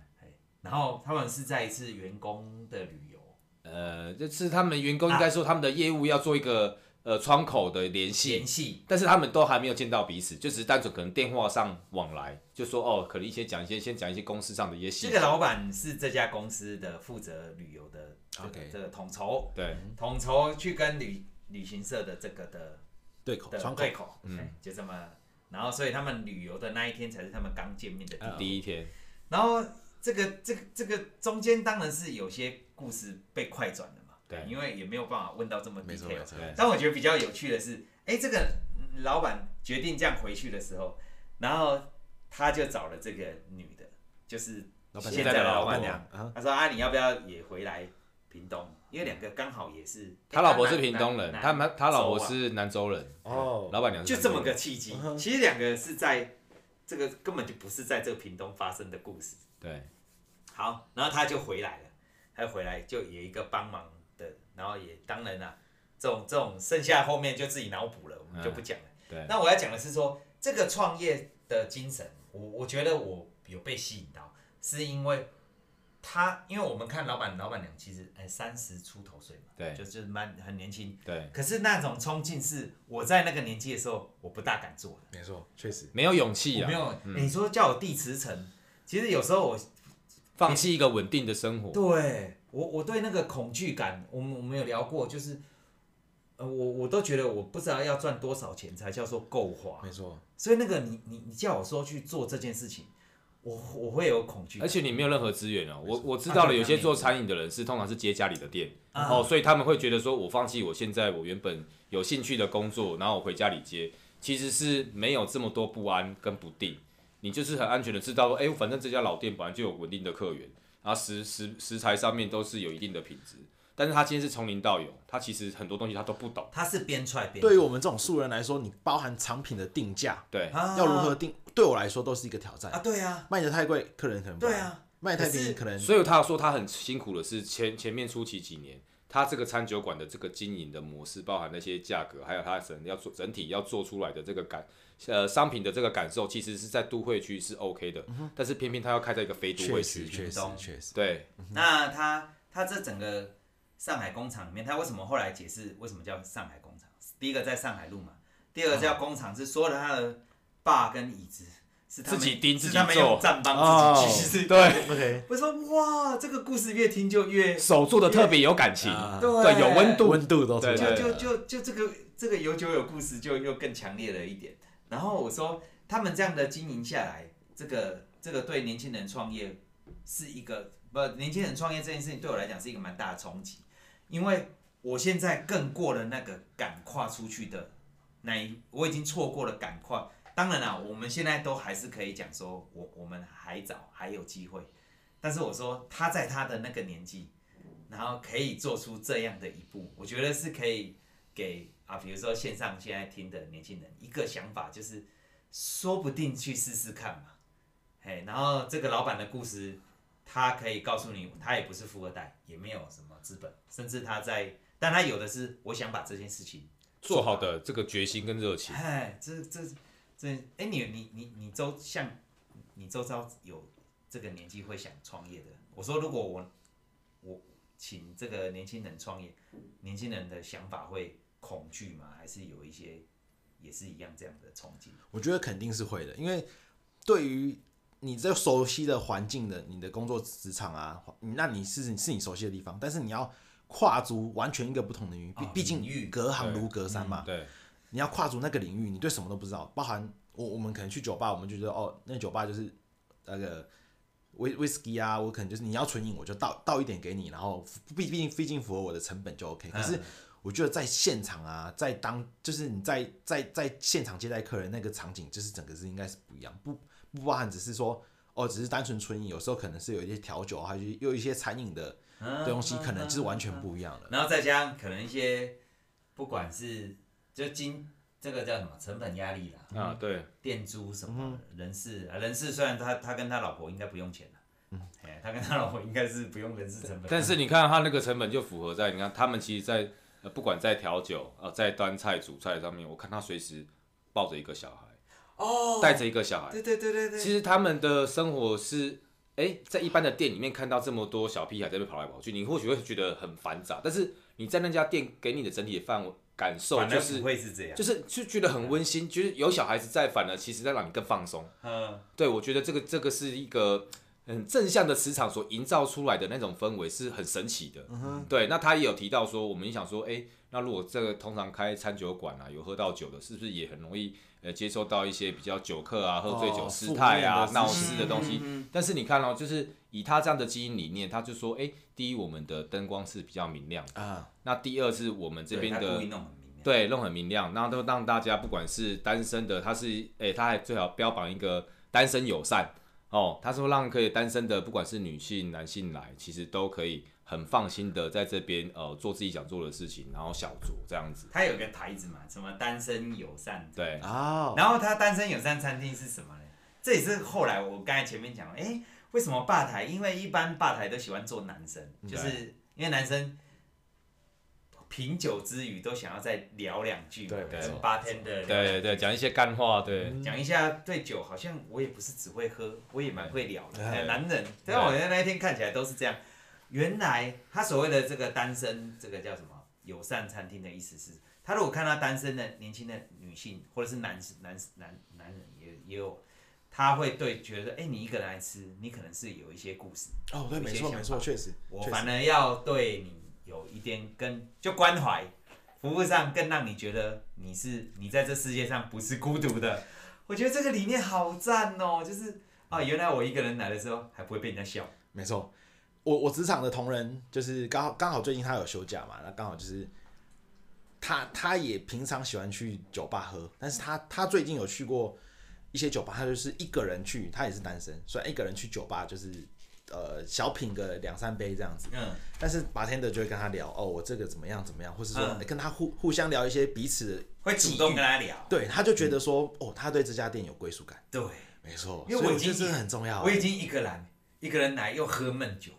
Speaker 2: 然后他们是在一次员工的旅游
Speaker 1: 呃，就是他们
Speaker 2: 啊
Speaker 1: 员工应该说他们的业务要做一个呃窗口的联系
Speaker 2: 联，系，
Speaker 1: 但是他们都还没有见到彼此，就只是单纯可能电话上往来，就说哦，可能一些讲一些先讲一些公司上的一些细
Speaker 2: 这
Speaker 1: 节，
Speaker 2: 个老板是这家公司的负责旅游的这个
Speaker 3: OK
Speaker 2: 这个统筹，
Speaker 1: 对
Speaker 2: 统筹去跟旅旅行社的这个的
Speaker 3: 对口
Speaker 2: 的
Speaker 3: 窗口
Speaker 2: 对口，嗯，就这么，然后所以他们旅游的那一天才是他们刚见面的地方，
Speaker 1: 第一天，
Speaker 2: 然后这个这个这个中间当然是有些故事被快转了嘛，
Speaker 1: 对
Speaker 2: 因为也没有办法问到这么
Speaker 3: 没错
Speaker 2: detail，
Speaker 3: 没错，
Speaker 1: 对
Speaker 2: 但我觉得比较有趣的是，哎、这个嗯老板决定这嗯样回去的时候，然后他就找了这个女的，就是
Speaker 3: 老板
Speaker 2: 现
Speaker 1: 娘
Speaker 2: 在的老板
Speaker 1: 板
Speaker 2: 娘，
Speaker 3: 啊，
Speaker 2: 他说啊，你要不要也回来屏东？因为两个刚好也是，
Speaker 1: 他老婆是屏东人，
Speaker 2: 南
Speaker 1: 他们他老
Speaker 2: 州
Speaker 1: 婆
Speaker 2: 啊
Speaker 1: 是南州人，
Speaker 3: 哦，
Speaker 1: 老板娘是
Speaker 2: 就
Speaker 1: 南
Speaker 2: 这
Speaker 1: 州人
Speaker 2: 么个契
Speaker 1: 嗯
Speaker 2: 机，其实两个是在这个根本就不是在这个屏东发生的故事。
Speaker 1: 对
Speaker 2: 好，然后他就回来了，他回来就有一个帮忙的，然后也当然啦、这种这种剩下后面就自己脑补了，我们就不讲了。
Speaker 1: 哎对
Speaker 2: 那我要讲的是说，这个创业的精神，我我觉得我有被吸引到，是因为他，因为我们看老板老板娘其实哎三十出头岁嘛，
Speaker 1: 对
Speaker 2: 就就是蛮很年轻，
Speaker 1: 对，
Speaker 2: 可是那种冲劲是我在那个年纪的时候我不大敢做的。
Speaker 3: 没错，确实，
Speaker 1: 没有勇气
Speaker 2: 我
Speaker 1: 啊
Speaker 2: 没，有，你说叫我递辞呈，其实有时候我
Speaker 1: 放弃一个稳定的生活，
Speaker 2: 对我，我对那个恐惧感，我们我们有聊过，就是，呃，我我都觉得我不知道要赚多少钱才叫做够花，
Speaker 1: 嗯
Speaker 3: 没错，
Speaker 2: 所以那个你你你叫我说去做这件事情，我我会有恐惧
Speaker 1: 而
Speaker 2: 感，
Speaker 1: 且你没有任何资源哦。我我知道了，有些做餐饮的人是通常是接家里的店，
Speaker 2: 啊
Speaker 1: 哦，所以他们会觉得说，我放弃我现在我原本有兴趣的工作，然后我回家里接，其实是没有这么多不安跟不定。你就是很安全的知道说，哎，反正这家老店本来就有稳定的客源，然后食食食材上面都是有一定的品质。但是他今天是从零到有，他其实很多东西他都不懂。
Speaker 2: 他是边踹边
Speaker 3: 对于我们这种素人来说，你包含产品的定价
Speaker 1: 对，
Speaker 2: 啊
Speaker 3: 要如何定，对我来说都是一个挑
Speaker 2: 啊？
Speaker 3: 战，
Speaker 2: 对啊，
Speaker 3: 卖的太贵，客人可能不
Speaker 2: 对
Speaker 3: 来
Speaker 2: 啊，
Speaker 3: 卖得太
Speaker 2: 可
Speaker 3: 便
Speaker 2: 是
Speaker 3: 宜，可能
Speaker 1: 所以他说他很辛苦的是前前面初期几年，他这个餐酒馆的这个经营的模式，包含那些价格，还有他整要做整体要做出来的这个感呃商品的这个感受，其实是在都会区是 OK 的，但是偏偏他要开在一个非都
Speaker 3: 嗯确
Speaker 1: 会
Speaker 3: 实
Speaker 1: 区，
Speaker 3: 确实
Speaker 2: 懂
Speaker 3: 确实
Speaker 1: 对
Speaker 2: 那他他这整个上海工厂里面，他为什么后来解释为什么叫上海工厂？第一个在上海路嘛，
Speaker 1: 嗯
Speaker 2: 第二个叫工厂，是所有的他的爸跟椅子是他们
Speaker 1: 自己钉
Speaker 2: 是
Speaker 1: 自己
Speaker 2: 他们用
Speaker 1: 做啊
Speaker 2: 战帮
Speaker 3: 哦
Speaker 2: 自己去。是
Speaker 1: 对，
Speaker 3: OK，
Speaker 2: 我说哇，这个故事越听就越
Speaker 1: 手做的特别有感情，
Speaker 3: 啊
Speaker 1: 对，有温度，
Speaker 3: 温度都出来
Speaker 1: 对
Speaker 2: 就
Speaker 1: 对
Speaker 2: 就就就这个这个有酒有故事就又更强烈了一点。然后我说，他们这样的经营下来，这个这个对年轻人创业是一个不年轻人创业这件事情对我来讲是一个蛮大的冲击，因为我现在更过了那个敢跨出去的那一，我已经错过了敢跨。当然啦，我们现在都还是可以讲说，我我们还早，还有机会。但是我说他在他的那个年纪，然后可以做出这样的一步，我觉得是可以给啊，比如说线上现在听的年轻人一个想法，就是说不定去试试看嘛。嘿，然后这个老板的故事，他可以告诉你，他也不是富二代，也没有什么资本，甚至他在，但他有的是我想把这件事情，
Speaker 1: 做好的这个决心跟热情。
Speaker 2: 哎，这这这，哎，你你你你周像你周遭有这个年纪会想创业的，我说如果我我请这个年轻人创业，年轻人的想法会恐惧吗？还是有一些也是一样这样的憧憬？
Speaker 3: 我觉得肯定是会的，因为对于你这熟悉的环境的，你的工作职场啊，那你是是你熟悉的地方，但是你要跨足完全一个不同的领域，毕
Speaker 2: 哦
Speaker 3: 毕
Speaker 2: 领域
Speaker 3: 竟隔行
Speaker 1: 对
Speaker 3: 如隔山嘛，
Speaker 1: 对，
Speaker 3: 你要跨足那个领域，你对什么都不知道，包含我我们可能去酒吧，我们就觉得哦，那酒吧就是那个威威士忌啊，我可能就是你要纯饮，我就倒倒一点给你，然后毕毕竟毕竟符合我的成本就 OK。可
Speaker 2: 嗯
Speaker 3: 是我觉得在现场啊，在当就是你在在在现场接待客人那个场景，就是整个是应该是不一样，不不包含只是说哦，只是单纯纯饮，有时候可能是有一些调酒啊，还有又有一些餐饮的
Speaker 2: 嗯
Speaker 3: 东西，可能就是完全不一样了。
Speaker 2: 然后再加上可能一些，不管是就经这个叫什么成本压力啦，
Speaker 1: 啊对，
Speaker 2: 店租什
Speaker 1: 嗯
Speaker 2: 么人事，啊人事虽然他他跟他老婆应该不用钱了， 哎，他跟他老婆应该是不用人事成本，
Speaker 1: 嗯但是你看他那个成本就符合在，你看他们其实在，呃不管在调酒啊、呃在端菜、煮菜上面，我看他随时抱着一个小孩，
Speaker 2: 哦，
Speaker 1: 带着一个小孩。
Speaker 2: 对对对对对，
Speaker 1: 其实他们的生活是，哎、在一般的店里面看到这么多小屁孩在那边跑来跑去，你或许会觉得很繁杂，但是你在那家店给你的整体的氛围感受
Speaker 2: 反
Speaker 1: 就
Speaker 2: 正
Speaker 1: 是
Speaker 2: 不。会是这样，
Speaker 1: 就是就觉得很温馨，就是有小孩子在，反而其实在让你更放松。
Speaker 2: 嗯，
Speaker 1: 对我觉得这个这个是一个很正向的磁场所营造出来的那种氛围是很神奇的。
Speaker 3: 嗯
Speaker 1: 对，那他也有提到说，我们也想说，哎、那如果这个通常开餐酒馆啊，有喝到酒的，是不是也很容易呃接受到一些比较酒客啊、喝醉酒
Speaker 3: 哦
Speaker 1: 失态啊
Speaker 3: 负面的、
Speaker 1: 闹
Speaker 3: 事
Speaker 1: 事
Speaker 3: 情嗯
Speaker 1: 的东西？但是你看哦，就是以他这样的经营理念，他就说，哎、第一，我们的灯光是比较明亮的；
Speaker 3: 啊，
Speaker 2: 嗯
Speaker 1: 那第二是我们这边
Speaker 2: 对他
Speaker 1: 的
Speaker 2: 故意弄很明亮，
Speaker 1: 对，弄很明亮，然后都让大家不管是单身的，他是诶、他还最好标榜一个单身友善哦，他说让可以单身的，不管是女性、男性来，其实都可以很放心的在这边呃做自己想做的事情，然后小酌这样子。
Speaker 2: 他有一个牌子嘛，什么单身友善，
Speaker 1: 对，
Speaker 3: 哦，
Speaker 2: 然后他单身友善餐厅是什么呢？这也是后来我刚才前面讲，哎、为什么吧台？因为一般吧台都喜欢做男生，就是因为男生品酒之余都想要再聊两句嘛，
Speaker 3: 对
Speaker 1: 没
Speaker 2: 跟
Speaker 1: 错
Speaker 2: 吧天的，
Speaker 1: 对对对，讲一些干话，对，
Speaker 2: 讲一下对酒，好像我也不是只会喝，我也蛮会聊的。
Speaker 3: 对
Speaker 2: 哎男人，但我在那一天看起来都是这样。原来他所谓的这个单身，这个叫什么友善餐厅的意思是，他如果看到单身的年轻的女性或者是男男男男人也也有，他会对觉得，哎、你一个人来吃，你可能是有一些故事，
Speaker 3: 哦，对，没错没错，确实，
Speaker 2: 我
Speaker 3: 确实
Speaker 2: 反而要对你有一点跟就关怀，服务上更让你觉得你是你在这世界上不是孤独的。我觉得这个理念好赞哦，就是啊，原来我一个人来的时候还不会被人家笑，
Speaker 3: 没错，我我职场的同仁就是刚好刚好最近他有休假嘛，那刚好就是他他也平常喜欢去酒吧喝，但是他他最近有去过一些酒吧，他就是一个人去，他也是单身，所以一个人去酒吧就是呃小品个两三杯这样子，
Speaker 2: 嗯，
Speaker 3: 但是 bartender 就会跟他聊哦我这个怎么样怎么样，或是说、
Speaker 2: 嗯
Speaker 3: 跟他互互相聊一些彼此的，
Speaker 2: 会主动跟他聊。
Speaker 3: 对，他就觉得说、哦他对这家店有归属感，
Speaker 2: 对，
Speaker 3: 没错，
Speaker 2: 因为
Speaker 3: 所
Speaker 2: 我
Speaker 3: 以我
Speaker 2: 已
Speaker 3: 觉
Speaker 2: 经
Speaker 3: 得这很重要，
Speaker 2: 啊
Speaker 3: 啊
Speaker 2: 我已嗯经一个人一个人来又喝闷酒，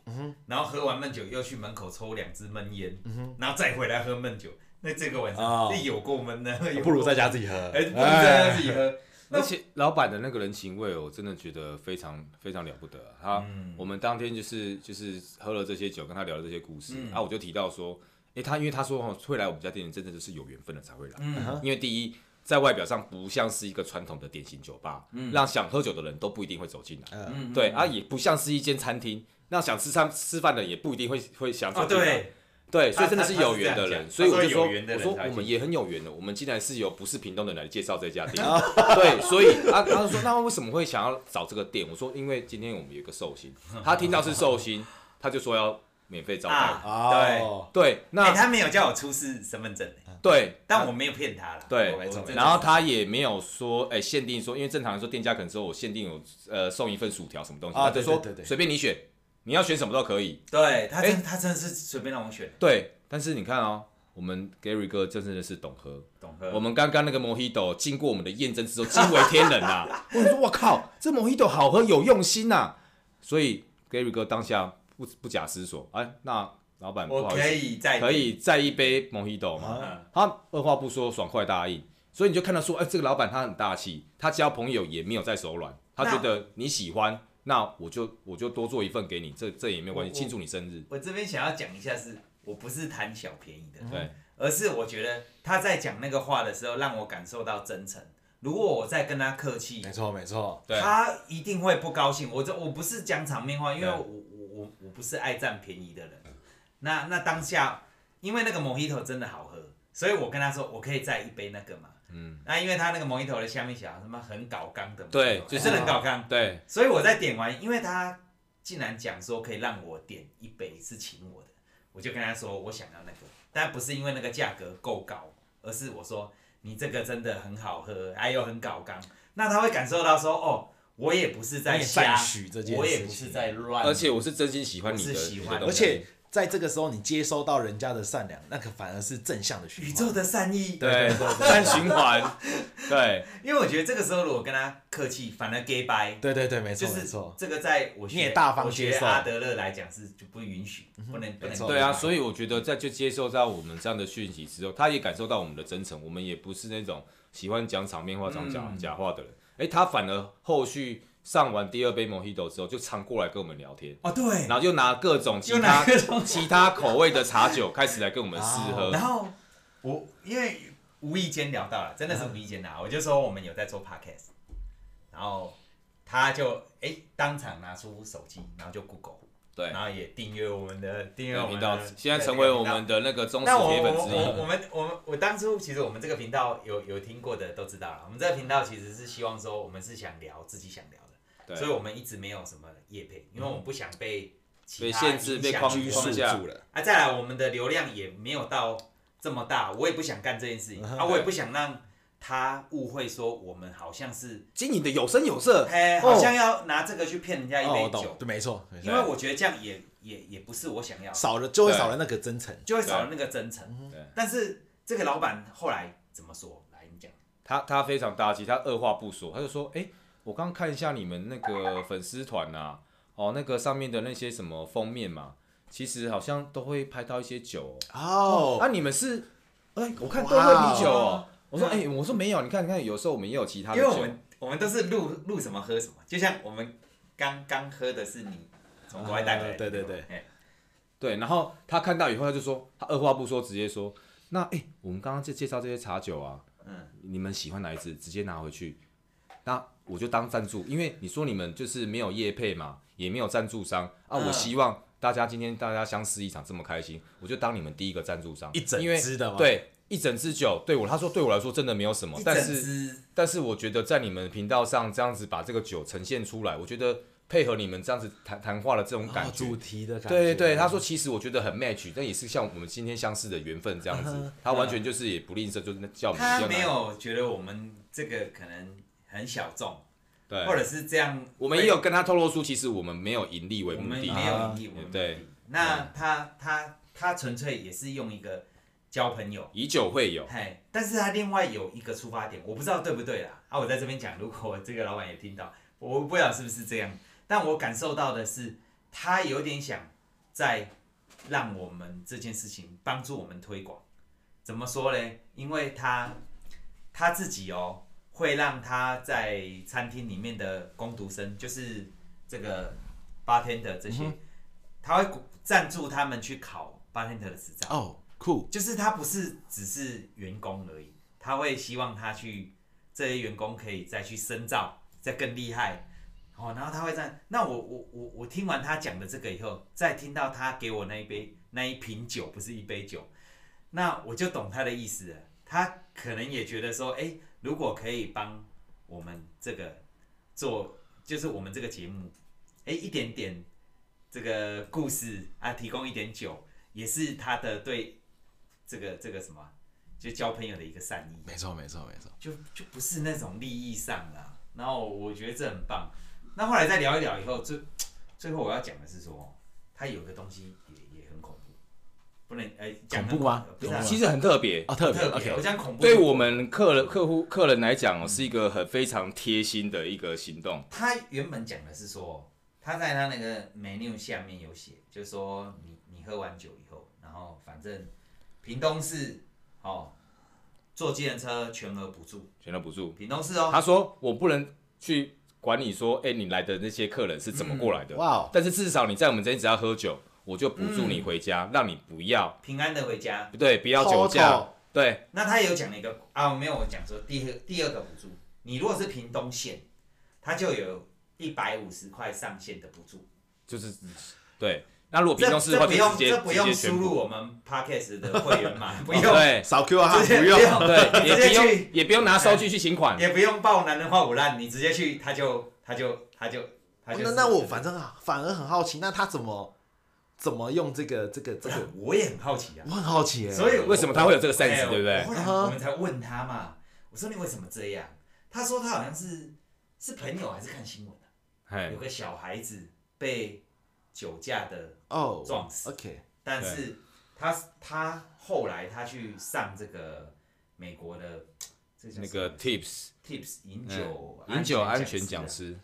Speaker 2: 然后喝完闷酒又去门口抽两支闷烟，然后再回来喝闷酒，那这个晚上
Speaker 3: 哦
Speaker 2: 那有够闷的，有
Speaker 3: 不如在家自己喝，
Speaker 2: 哎，不能在家
Speaker 3: 哎
Speaker 2: 自己喝。
Speaker 1: 而且老板的那个人情味，我真的觉得非常非常了不得啊、他、
Speaker 2: 嗯
Speaker 1: 我们当天就是就是喝了这些酒，跟他聊了这些故事，
Speaker 2: 嗯
Speaker 1: 啊，我就提到说，诶、他因为他说哦，会来我们家店里，真的就是有缘分的才会来，
Speaker 2: 嗯
Speaker 1: 因为第一。在外表上不像是一个传统的典型酒吧，让想喝酒的人都不一定会走进来。
Speaker 2: 嗯
Speaker 1: 对啊，也不像是一间餐厅，让想吃餐吃饭的也不一定会会想走
Speaker 2: 哦，
Speaker 1: 进来。
Speaker 2: 对，
Speaker 1: 对，
Speaker 2: 他
Speaker 1: 所以真的是有缘的人，所以我就说，
Speaker 2: 他说有缘的
Speaker 1: 我
Speaker 2: 人
Speaker 1: 说
Speaker 2: 才会
Speaker 1: 我们
Speaker 2: 进
Speaker 1: 也很有缘的，我们竟然是由不是屏东的人来介绍这家店，
Speaker 2: 哦
Speaker 1: 对，所以啊，他就说那为什么会想要找这个店？我说因为今天我们有一个寿星，他听到是寿星，他就说要免费招待。
Speaker 2: 啊
Speaker 3: 哦，
Speaker 1: 对，
Speaker 2: 哎，
Speaker 1: 那、
Speaker 2: 他没有叫我出示身份证，哎
Speaker 1: 对，
Speaker 2: 但我没有骗他了。
Speaker 1: 啊对
Speaker 2: 我真的，
Speaker 1: 然后他也没有说，哎、限定说，因为正常来说，店家可能说我限定有呃送一份薯条什么东西，
Speaker 3: 啊
Speaker 1: 他就
Speaker 3: 对
Speaker 1: 说
Speaker 3: 对对对
Speaker 1: 随便你选，你要选什么都可以。
Speaker 2: 对他真
Speaker 1: 哎
Speaker 2: 他真的是随便让我选，
Speaker 1: 对，但是你看哦，我们 Gary 哥真的是懂喝，
Speaker 2: 懂喝？
Speaker 1: 我们刚刚那个 Mojito 经过我们的验证之后，惊为天人啊！ 我说我靠，这 Mojito 好喝，有用心呐、啊所以 Gary 哥当下不不假思索，哎，那老板不
Speaker 2: 我
Speaker 1: 好意
Speaker 2: 可
Speaker 1: 思，
Speaker 2: 以再
Speaker 1: 可以再一杯 Mojito 吗？
Speaker 3: 啊
Speaker 2: 嗯
Speaker 1: 他二话不说，爽快答应。所以你就看到说，哎、这个老板他很大气，他交朋友也没有在手软，他觉得你喜欢，那我就我就多做一份给你，这这也没有关系，
Speaker 2: 我
Speaker 1: 庆祝你生日。
Speaker 2: 我这边想要讲一下是，我不是贪小便宜的，
Speaker 1: 嗯对，
Speaker 2: 而是我觉得他在讲那个话的时候，让我感受到真诚。如果我再跟他客气
Speaker 3: 没，错没错，
Speaker 1: 对
Speaker 2: 他一定会不高兴。我这我不是讲场面话，因为
Speaker 1: 对
Speaker 2: 我我我我不是爱占便宜的人。那那当下，因为那个 Mojito 真的好喝，所以我跟他说我可以再一杯那个嘛。嗯，那因为他那个 Mojito 的下面写他妈很搞刚的 Mojito，
Speaker 1: 对就是
Speaker 2: 真的很搞刚。
Speaker 1: 对，
Speaker 2: 所以我在点完，因为他竟然讲说可以让我点一杯是请我的，我就跟他说我想要那个，但不是因为那个价格够高，而是我说你这个真的很好喝，还有很搞刚，那他会感受到说哦，我也不是在
Speaker 3: 你也
Speaker 2: 瞎
Speaker 3: 赞许这件事，情
Speaker 2: 我也不是在乱，
Speaker 1: 而且我是真心喜欢你的，
Speaker 2: 嗯我是喜欢
Speaker 1: 你的
Speaker 3: 而
Speaker 1: 东西
Speaker 3: 且在这个时候你接收到人家的善良，那个反而是正向的循环。
Speaker 2: 宇宙的善意，
Speaker 1: 对 单循环，对
Speaker 2: 因为我觉得这个时候如果跟他客气，反而 gay 掰。
Speaker 3: 对对对，没
Speaker 2: 就
Speaker 3: 错没
Speaker 2: 是
Speaker 3: 错，
Speaker 2: 这个，在我
Speaker 3: 你
Speaker 2: 学
Speaker 3: 也大方
Speaker 2: 我学
Speaker 3: 接受
Speaker 2: 阿德勒来讲是就不允许，不能不
Speaker 3: 没
Speaker 2: 能
Speaker 3: 错
Speaker 1: 对啊，所
Speaker 2: 以
Speaker 1: 以我觉得在就接受到我们这样的讯息之后，他也感受到我们的真诚，我们也不是那种喜欢讲场面话、讲假、
Speaker 2: 嗯
Speaker 1: 假话的人。哎、他反而后续上完第二杯 Mojito 之后，就常过来跟我们聊天。
Speaker 2: 哦对，
Speaker 1: 然后就拿各种其
Speaker 2: 又拿
Speaker 1: 他
Speaker 2: 各种
Speaker 1: 其他口味的茶酒开始来跟我们试喝
Speaker 2: 哦然。后我因为无意间聊到了，真的是无意间聊，我就说我们有在做 podcast，然后他就哎、当场拿出手机，然后就 Google，
Speaker 1: 对，
Speaker 2: 然后也订阅我们的订阅
Speaker 1: 这
Speaker 2: 我
Speaker 1: 个
Speaker 2: 们
Speaker 1: 频道
Speaker 2: 的对
Speaker 1: 现在成为我们的那个忠
Speaker 2: 这
Speaker 1: 实
Speaker 2: 个频道。那我
Speaker 1: 铁粉
Speaker 2: 我
Speaker 1: 之
Speaker 2: 我
Speaker 1: 一。
Speaker 2: 我们我们我当初其实我们这个频道有有听过的都知道了，我们这个频道其实是希望说我们是想聊自己想聊的，
Speaker 1: 对
Speaker 2: 所以我们一直没有什么业配，因为我们不想被其
Speaker 1: 被
Speaker 2: 他
Speaker 1: 限制
Speaker 2: 影
Speaker 1: 被
Speaker 2: 响
Speaker 1: 框
Speaker 2: 我们
Speaker 3: 拘束
Speaker 1: 框架
Speaker 3: 住了，
Speaker 2: 啊，再来我们的流量也没有到这么大，我也不想干这件事
Speaker 3: 嗯
Speaker 2: 情、啊，我也不想让他误会说我们好像是，
Speaker 1: 经营的有声有色，
Speaker 2: 哎、好像要拿这个去骗人家一
Speaker 3: 哦，
Speaker 2: 杯
Speaker 3: 我
Speaker 2: 酒
Speaker 3: 懂，，对，没错，没
Speaker 2: 因
Speaker 3: 错
Speaker 2: 为我觉得这样也也也不是我想要的，
Speaker 3: 少了就会少了那个真诚。
Speaker 2: 就会少了那个真
Speaker 3: 嗯
Speaker 2: 诚
Speaker 1: 对。
Speaker 2: 但是这个老板后来怎么说？来，你讲。
Speaker 1: 他他非常大气，他二话不说，他就说：“哎、我刚看一下你们那个粉丝团呐，哦，那个上面的那些什么封面嘛，其实好像都会拍到一些酒、哦。”
Speaker 3: 哦
Speaker 1: 啊，，你们是，哎、我看都喝啤酒哦。我说，
Speaker 2: 哇
Speaker 1: 哎、我说没有，你看，你看，有时候我们也有其他的
Speaker 2: 因为
Speaker 1: 酒。
Speaker 2: 我们我们都是录录什么喝什么，就像我们刚刚喝的是你从国外带回来的、
Speaker 3: 啊对对对
Speaker 2: 哎，
Speaker 1: 对，然后他看到以后，他就说，他二话不说，直接说，那哎、我们刚刚就介绍这些茶酒啊，
Speaker 2: 嗯，
Speaker 1: 你们喜欢哪一支，直接拿回去，那我就当赞助，因为你说你们就是没有业配嘛，也没有赞助商啊，
Speaker 2: 嗯
Speaker 1: 我希望大家今天大家相识一场这么开心，我就当你们第一个赞助商，
Speaker 3: 一整
Speaker 1: 因为
Speaker 3: 支的吗
Speaker 1: 对，一整支酒，对我他说对我来说真的没有什么
Speaker 2: 一，
Speaker 1: 但
Speaker 2: 整
Speaker 1: 是
Speaker 2: 支
Speaker 1: 但是我觉得在你们频道上这样子把这个酒呈现出来，我觉得配合你们这样子谈谈话的这种感
Speaker 3: 哦
Speaker 1: 觉，
Speaker 3: 主题的感觉，啊
Speaker 1: 对对对，他说其实我觉得很 match，但也是像我们今天相似的缘分这样
Speaker 3: 嗯
Speaker 1: 子。他完全就是也不吝啬，就是
Speaker 3: 哦
Speaker 1: 叫我们一定
Speaker 2: 他
Speaker 1: 要
Speaker 2: 没
Speaker 1: 来
Speaker 2: 有觉得我们这个可能很小众，或
Speaker 1: 对，
Speaker 2: 者是这样，
Speaker 1: 我们也有跟他透露出，其实我们没有盈利为
Speaker 2: 对，我
Speaker 1: 目
Speaker 2: 们
Speaker 1: 的
Speaker 2: 没。
Speaker 3: 啊
Speaker 2: 有盈利，我们没有
Speaker 1: 对
Speaker 2: 盈利那他他他纯粹也是用一个交朋友，
Speaker 1: 以酒会 友，
Speaker 2: 嘿，但是他另外有一个出发点，我不知道对不对啦。啊，我在这边讲，如果这个老板也听到，我不知道是不是这样，但我感受到的是，他有点想在让我们这件事情帮助我们推广。怎么说嘞？因为他他自己哦，会让他在餐厅里面的工读生，就是这个 bartender 这些，他会赞助他们去考 bartender 的执照。
Speaker 3: 哦，酷，
Speaker 2: 就是他不是只是员工而已，他会希望他去这些员工可以再去深造，再更厉害。哦，然后他会这样。那我我我我听完他讲的这个以后，再听到他给我那一杯那一瓶酒，不是一杯酒，那我就懂他的意思了。他可能也觉得说，哎，如果可以帮我们这个做，就是我们这个节目，哎，一点点这个故事啊，提供一点酒，也是他的对这个这个什么，就交朋友的一个善意，
Speaker 3: 没错没错没错，
Speaker 2: 就就不是那种利益上啦。然后我觉得这很棒。那后来再聊一聊以后，最最后我要讲的是说，他有个东西也也很恐怖，不能哎、讲
Speaker 3: 恐怖吗
Speaker 2: 很不是啊、
Speaker 3: 恐
Speaker 1: 其实很特别。
Speaker 3: 哦，特别
Speaker 2: 特别，我
Speaker 3: OK，
Speaker 2: 讲恐怖
Speaker 1: 对我们客人、客户、客人来讲、哦，是一个很非常贴心的一个行动。
Speaker 2: 他原本讲的是说，他在他那个 menu 下面有写，就是说你你喝完酒以后，然后反正屏东市哦，坐计程车全额补助，
Speaker 1: 全都不住。
Speaker 2: 屏东市哦，
Speaker 1: 他说我不能去管你说，哎、你来的那些客人是怎么过来的。
Speaker 3: 哇嗯哦，
Speaker 1: 但是至少你在我们这里只要喝酒，我就补助你回家，让你不要
Speaker 2: 平安的回家，
Speaker 1: 不对，不要
Speaker 3: 偷
Speaker 1: 酒驾
Speaker 3: 偷。
Speaker 1: 对，
Speaker 2: 那他也有讲了一个啊，没有，我讲说第二第二个补助，你如果是屏东县，它就有一百五十块上限的补助。
Speaker 1: 就是对。那如果屏
Speaker 2: 这
Speaker 1: 东市的
Speaker 2: 这
Speaker 1: 话，
Speaker 2: 不
Speaker 1: 就
Speaker 2: 用
Speaker 1: 直接
Speaker 2: 这不
Speaker 1: 直接哦
Speaker 2: 用
Speaker 1: 全
Speaker 2: 输
Speaker 1: 部
Speaker 2: 入我哦们 Parkes 的会 员码，不用
Speaker 1: 对
Speaker 3: 少 Q 啊，
Speaker 2: 直接
Speaker 3: 不
Speaker 2: 不
Speaker 3: 用，
Speaker 2: 用
Speaker 1: 对，也
Speaker 2: 直接
Speaker 1: 不用
Speaker 2: 去
Speaker 1: 也不用拿收据去请款。
Speaker 2: 也不用报男人话不烂，你直接去他就他就他就他就
Speaker 3: 那那我反正啊，反而很好奇，那他怎么怎么用这个这个这个？
Speaker 2: 我也很好奇啊
Speaker 3: 我，很好奇耶，
Speaker 2: 所以我
Speaker 1: 为什么他会有这个 sense，、
Speaker 2: 哎
Speaker 1: 对不对
Speaker 2: 我？后来
Speaker 3: 嗯哼
Speaker 2: 我们才问他嘛，我说你为什么这样？他说他好像是是朋友还是看新闻啊
Speaker 1: 哎
Speaker 2: 有，个小孩子被酒驾的，
Speaker 3: 哦
Speaker 2: 撞死
Speaker 3: ，OK，
Speaker 2: 但是他他后来他去上这个美国的这
Speaker 1: 那
Speaker 2: 叫什么
Speaker 1: 个 tips
Speaker 2: Tips 饮
Speaker 1: 嗯
Speaker 2: 酒
Speaker 1: 饮酒安全
Speaker 2: 全
Speaker 1: 讲
Speaker 2: 师
Speaker 1: 师
Speaker 2: 啊，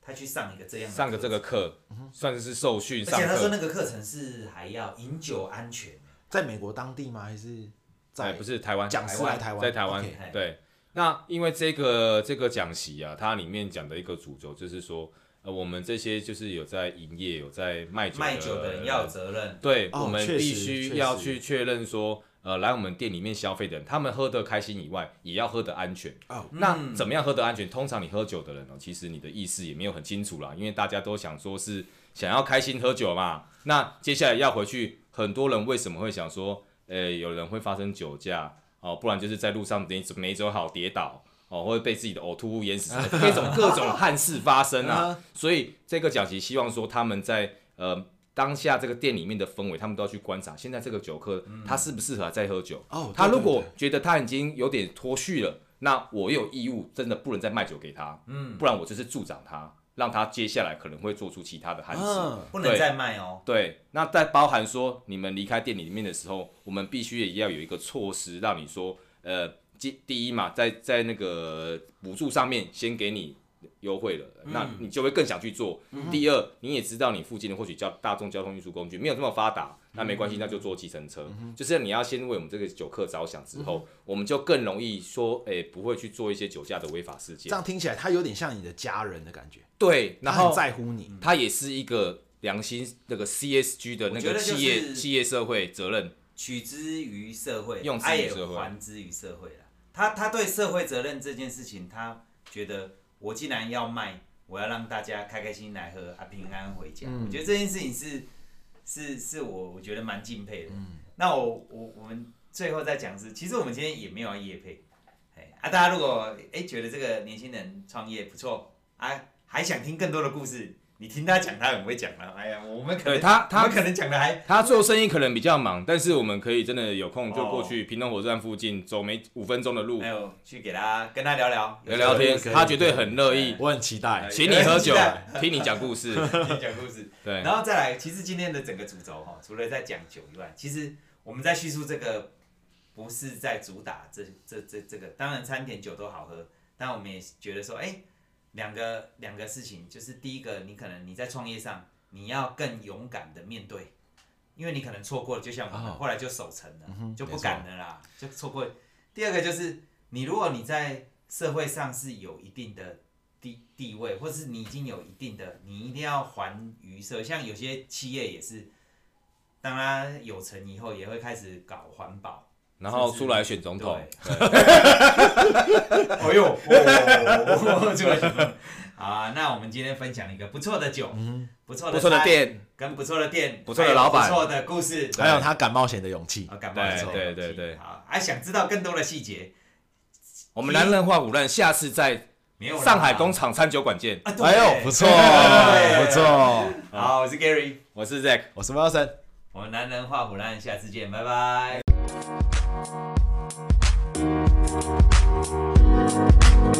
Speaker 2: 他去上一个这样的
Speaker 1: 上个这个
Speaker 2: 课
Speaker 1: 课，算是受训
Speaker 2: 程，
Speaker 1: 上
Speaker 2: 而且他说
Speaker 1: 课，
Speaker 2: 那个课程是还要饮酒安全，
Speaker 3: 在美国当地吗？还是
Speaker 1: 哎，
Speaker 3: 在
Speaker 1: 不是台湾
Speaker 3: 讲师来台湾？
Speaker 1: 在台湾
Speaker 3: OK，
Speaker 2: 嘿
Speaker 1: 对。那因为这个这个讲习啊，它里面讲的一个主轴就是说，呃，我们这些就是有在营业、有在卖酒
Speaker 2: 卖酒的人要有责任，
Speaker 1: 对，
Speaker 3: 哦
Speaker 1: 我们
Speaker 3: 确实
Speaker 1: 必
Speaker 3: 确
Speaker 1: 须要
Speaker 3: 实
Speaker 1: 去确认说，呃，来我们店里面消费的人，他们喝得开心以外，也要喝得安全。
Speaker 3: 哦
Speaker 1: 那怎么样喝得安全？通常你喝酒的人哦，其实你的意识也没有很清楚啦，因为大家都想说是想要开心喝酒嘛。那接下来要回去，很多人为什么会想说，呃，有人会发生酒驾哦，不然就是在路上没没走好跌倒。哦，或者被自己的呕吐物淹死之类的，各种各种憾事发生啊！
Speaker 3: 嗯
Speaker 1: 所以这个讲席希望说他们在呃当下这个店里面的氛围，他们都要去观察，现在这个酒客、他适不适合再喝酒。
Speaker 3: 嗯哦对
Speaker 1: 他如
Speaker 3: 对
Speaker 1: 果觉得他已经有点脱序了，那我有义务真的不能再卖酒给他，嗯，不然我就是助长他，让他接下来可能会做出其他的憾事。
Speaker 3: 嗯
Speaker 2: 不能
Speaker 1: 对
Speaker 2: 再卖哦。
Speaker 1: 对，那再包含说，你们离开店里面的时候，我们必须也要有一个措施，让你说，呃，第第一嘛，在在那个补助上面先给你优惠了，
Speaker 3: 嗯
Speaker 1: 那你就会更想去做。第二，你也知道你附近的或许交大众交通运输工具没有这么发达，
Speaker 3: 嗯
Speaker 1: 那没关系，那就坐计程车。就是你要先为我们这个酒客着想之后，我们就更容易说，哎、不会去做一些酒驾的违法事
Speaker 3: 这
Speaker 1: 件。
Speaker 3: 样听起来他有点像你的家人的感觉，
Speaker 1: 对，
Speaker 3: 他
Speaker 1: 然
Speaker 3: 很
Speaker 1: 后
Speaker 3: 在乎你。
Speaker 2: 嗯
Speaker 1: 它也是一个良心那个 CSG 的那
Speaker 2: 我觉
Speaker 1: 个
Speaker 2: 得就是
Speaker 1: 企业、企业社会责任，
Speaker 2: 取之于社会，
Speaker 1: 用之于
Speaker 2: 爱也
Speaker 1: 社会
Speaker 2: 还之于社会啦。他他对社会责任这件事情，他觉得我既然要卖，我要让大家开开心心来喝啊，平安回家。
Speaker 1: 嗯
Speaker 2: 我觉得这件事情是是是我我觉得蛮敬佩的。
Speaker 1: 嗯
Speaker 2: 那我我我们最后再讲是，其实我们今天也没有要业配，哎啊，大家如果哎觉得这个年轻人创业不错啊，还想听更多的故事。你听他讲，他很会讲了。哎呀，我们可能
Speaker 1: 对他他
Speaker 2: 我们可能讲的
Speaker 3: 哎
Speaker 2: 还
Speaker 1: 他做生意可能比较忙，但是我们可以真的有空
Speaker 3: 哦
Speaker 1: 就过去屏东火车站附近走没五分钟的路
Speaker 2: 还有哎去给他跟他聊聊
Speaker 1: 聊聊天，
Speaker 3: 哎可以
Speaker 1: 他绝对很乐意
Speaker 3: 我很期待
Speaker 2: 哎，
Speaker 1: 请你喝酒
Speaker 2: 有人，
Speaker 1: 听你讲故事。
Speaker 3: 哎
Speaker 2: 听讲故事，
Speaker 1: 对，
Speaker 2: 然后再来，其实今天的整个主轴哈，除了在讲酒以外，其实我们在叙述这个不是在主打这这这这个，当然餐点酒都好喝，但我们也觉得说，哎，两个两个事情，就是第一个，你可能你在创业上，你要更勇敢的面对，因为你可能错过了，就像我们、
Speaker 3: 哦
Speaker 2: 后来就守成了，就不
Speaker 3: 没错
Speaker 2: 敢了啦，就错过。第二个就是你如果你在社会上是有一定的地地位，或是你已经有一定的，你一定要还于社。像有些企业也是，当他有成以后，也会开始搞环保。
Speaker 1: 然后出来选总统，
Speaker 2: 对。哎呦，哦出来选总统。好啊，那我们今天分享一个不错的酒，不错的
Speaker 1: 不错的
Speaker 2: 菜，
Speaker 1: 店，
Speaker 2: 跟不错的店，
Speaker 1: 不错的老板
Speaker 2: 还有不错的故事，
Speaker 3: 还有他敢冒险的勇气。
Speaker 2: 啊，感冒的时候
Speaker 1: 对对对对
Speaker 2: 好，啊，想知道更多的细节，
Speaker 1: 我们男人话五烂，下次在
Speaker 2: 没有啦
Speaker 1: 上海工厂餐酒馆见。
Speaker 2: 啊，对哎
Speaker 3: 哎呦，不错，
Speaker 2: 对
Speaker 3: 不错。
Speaker 2: 好，我是 Gary，
Speaker 1: 我是 Zack。
Speaker 3: 我是 Wilson。
Speaker 2: 我们男人画虎烂，下次见，拜拜。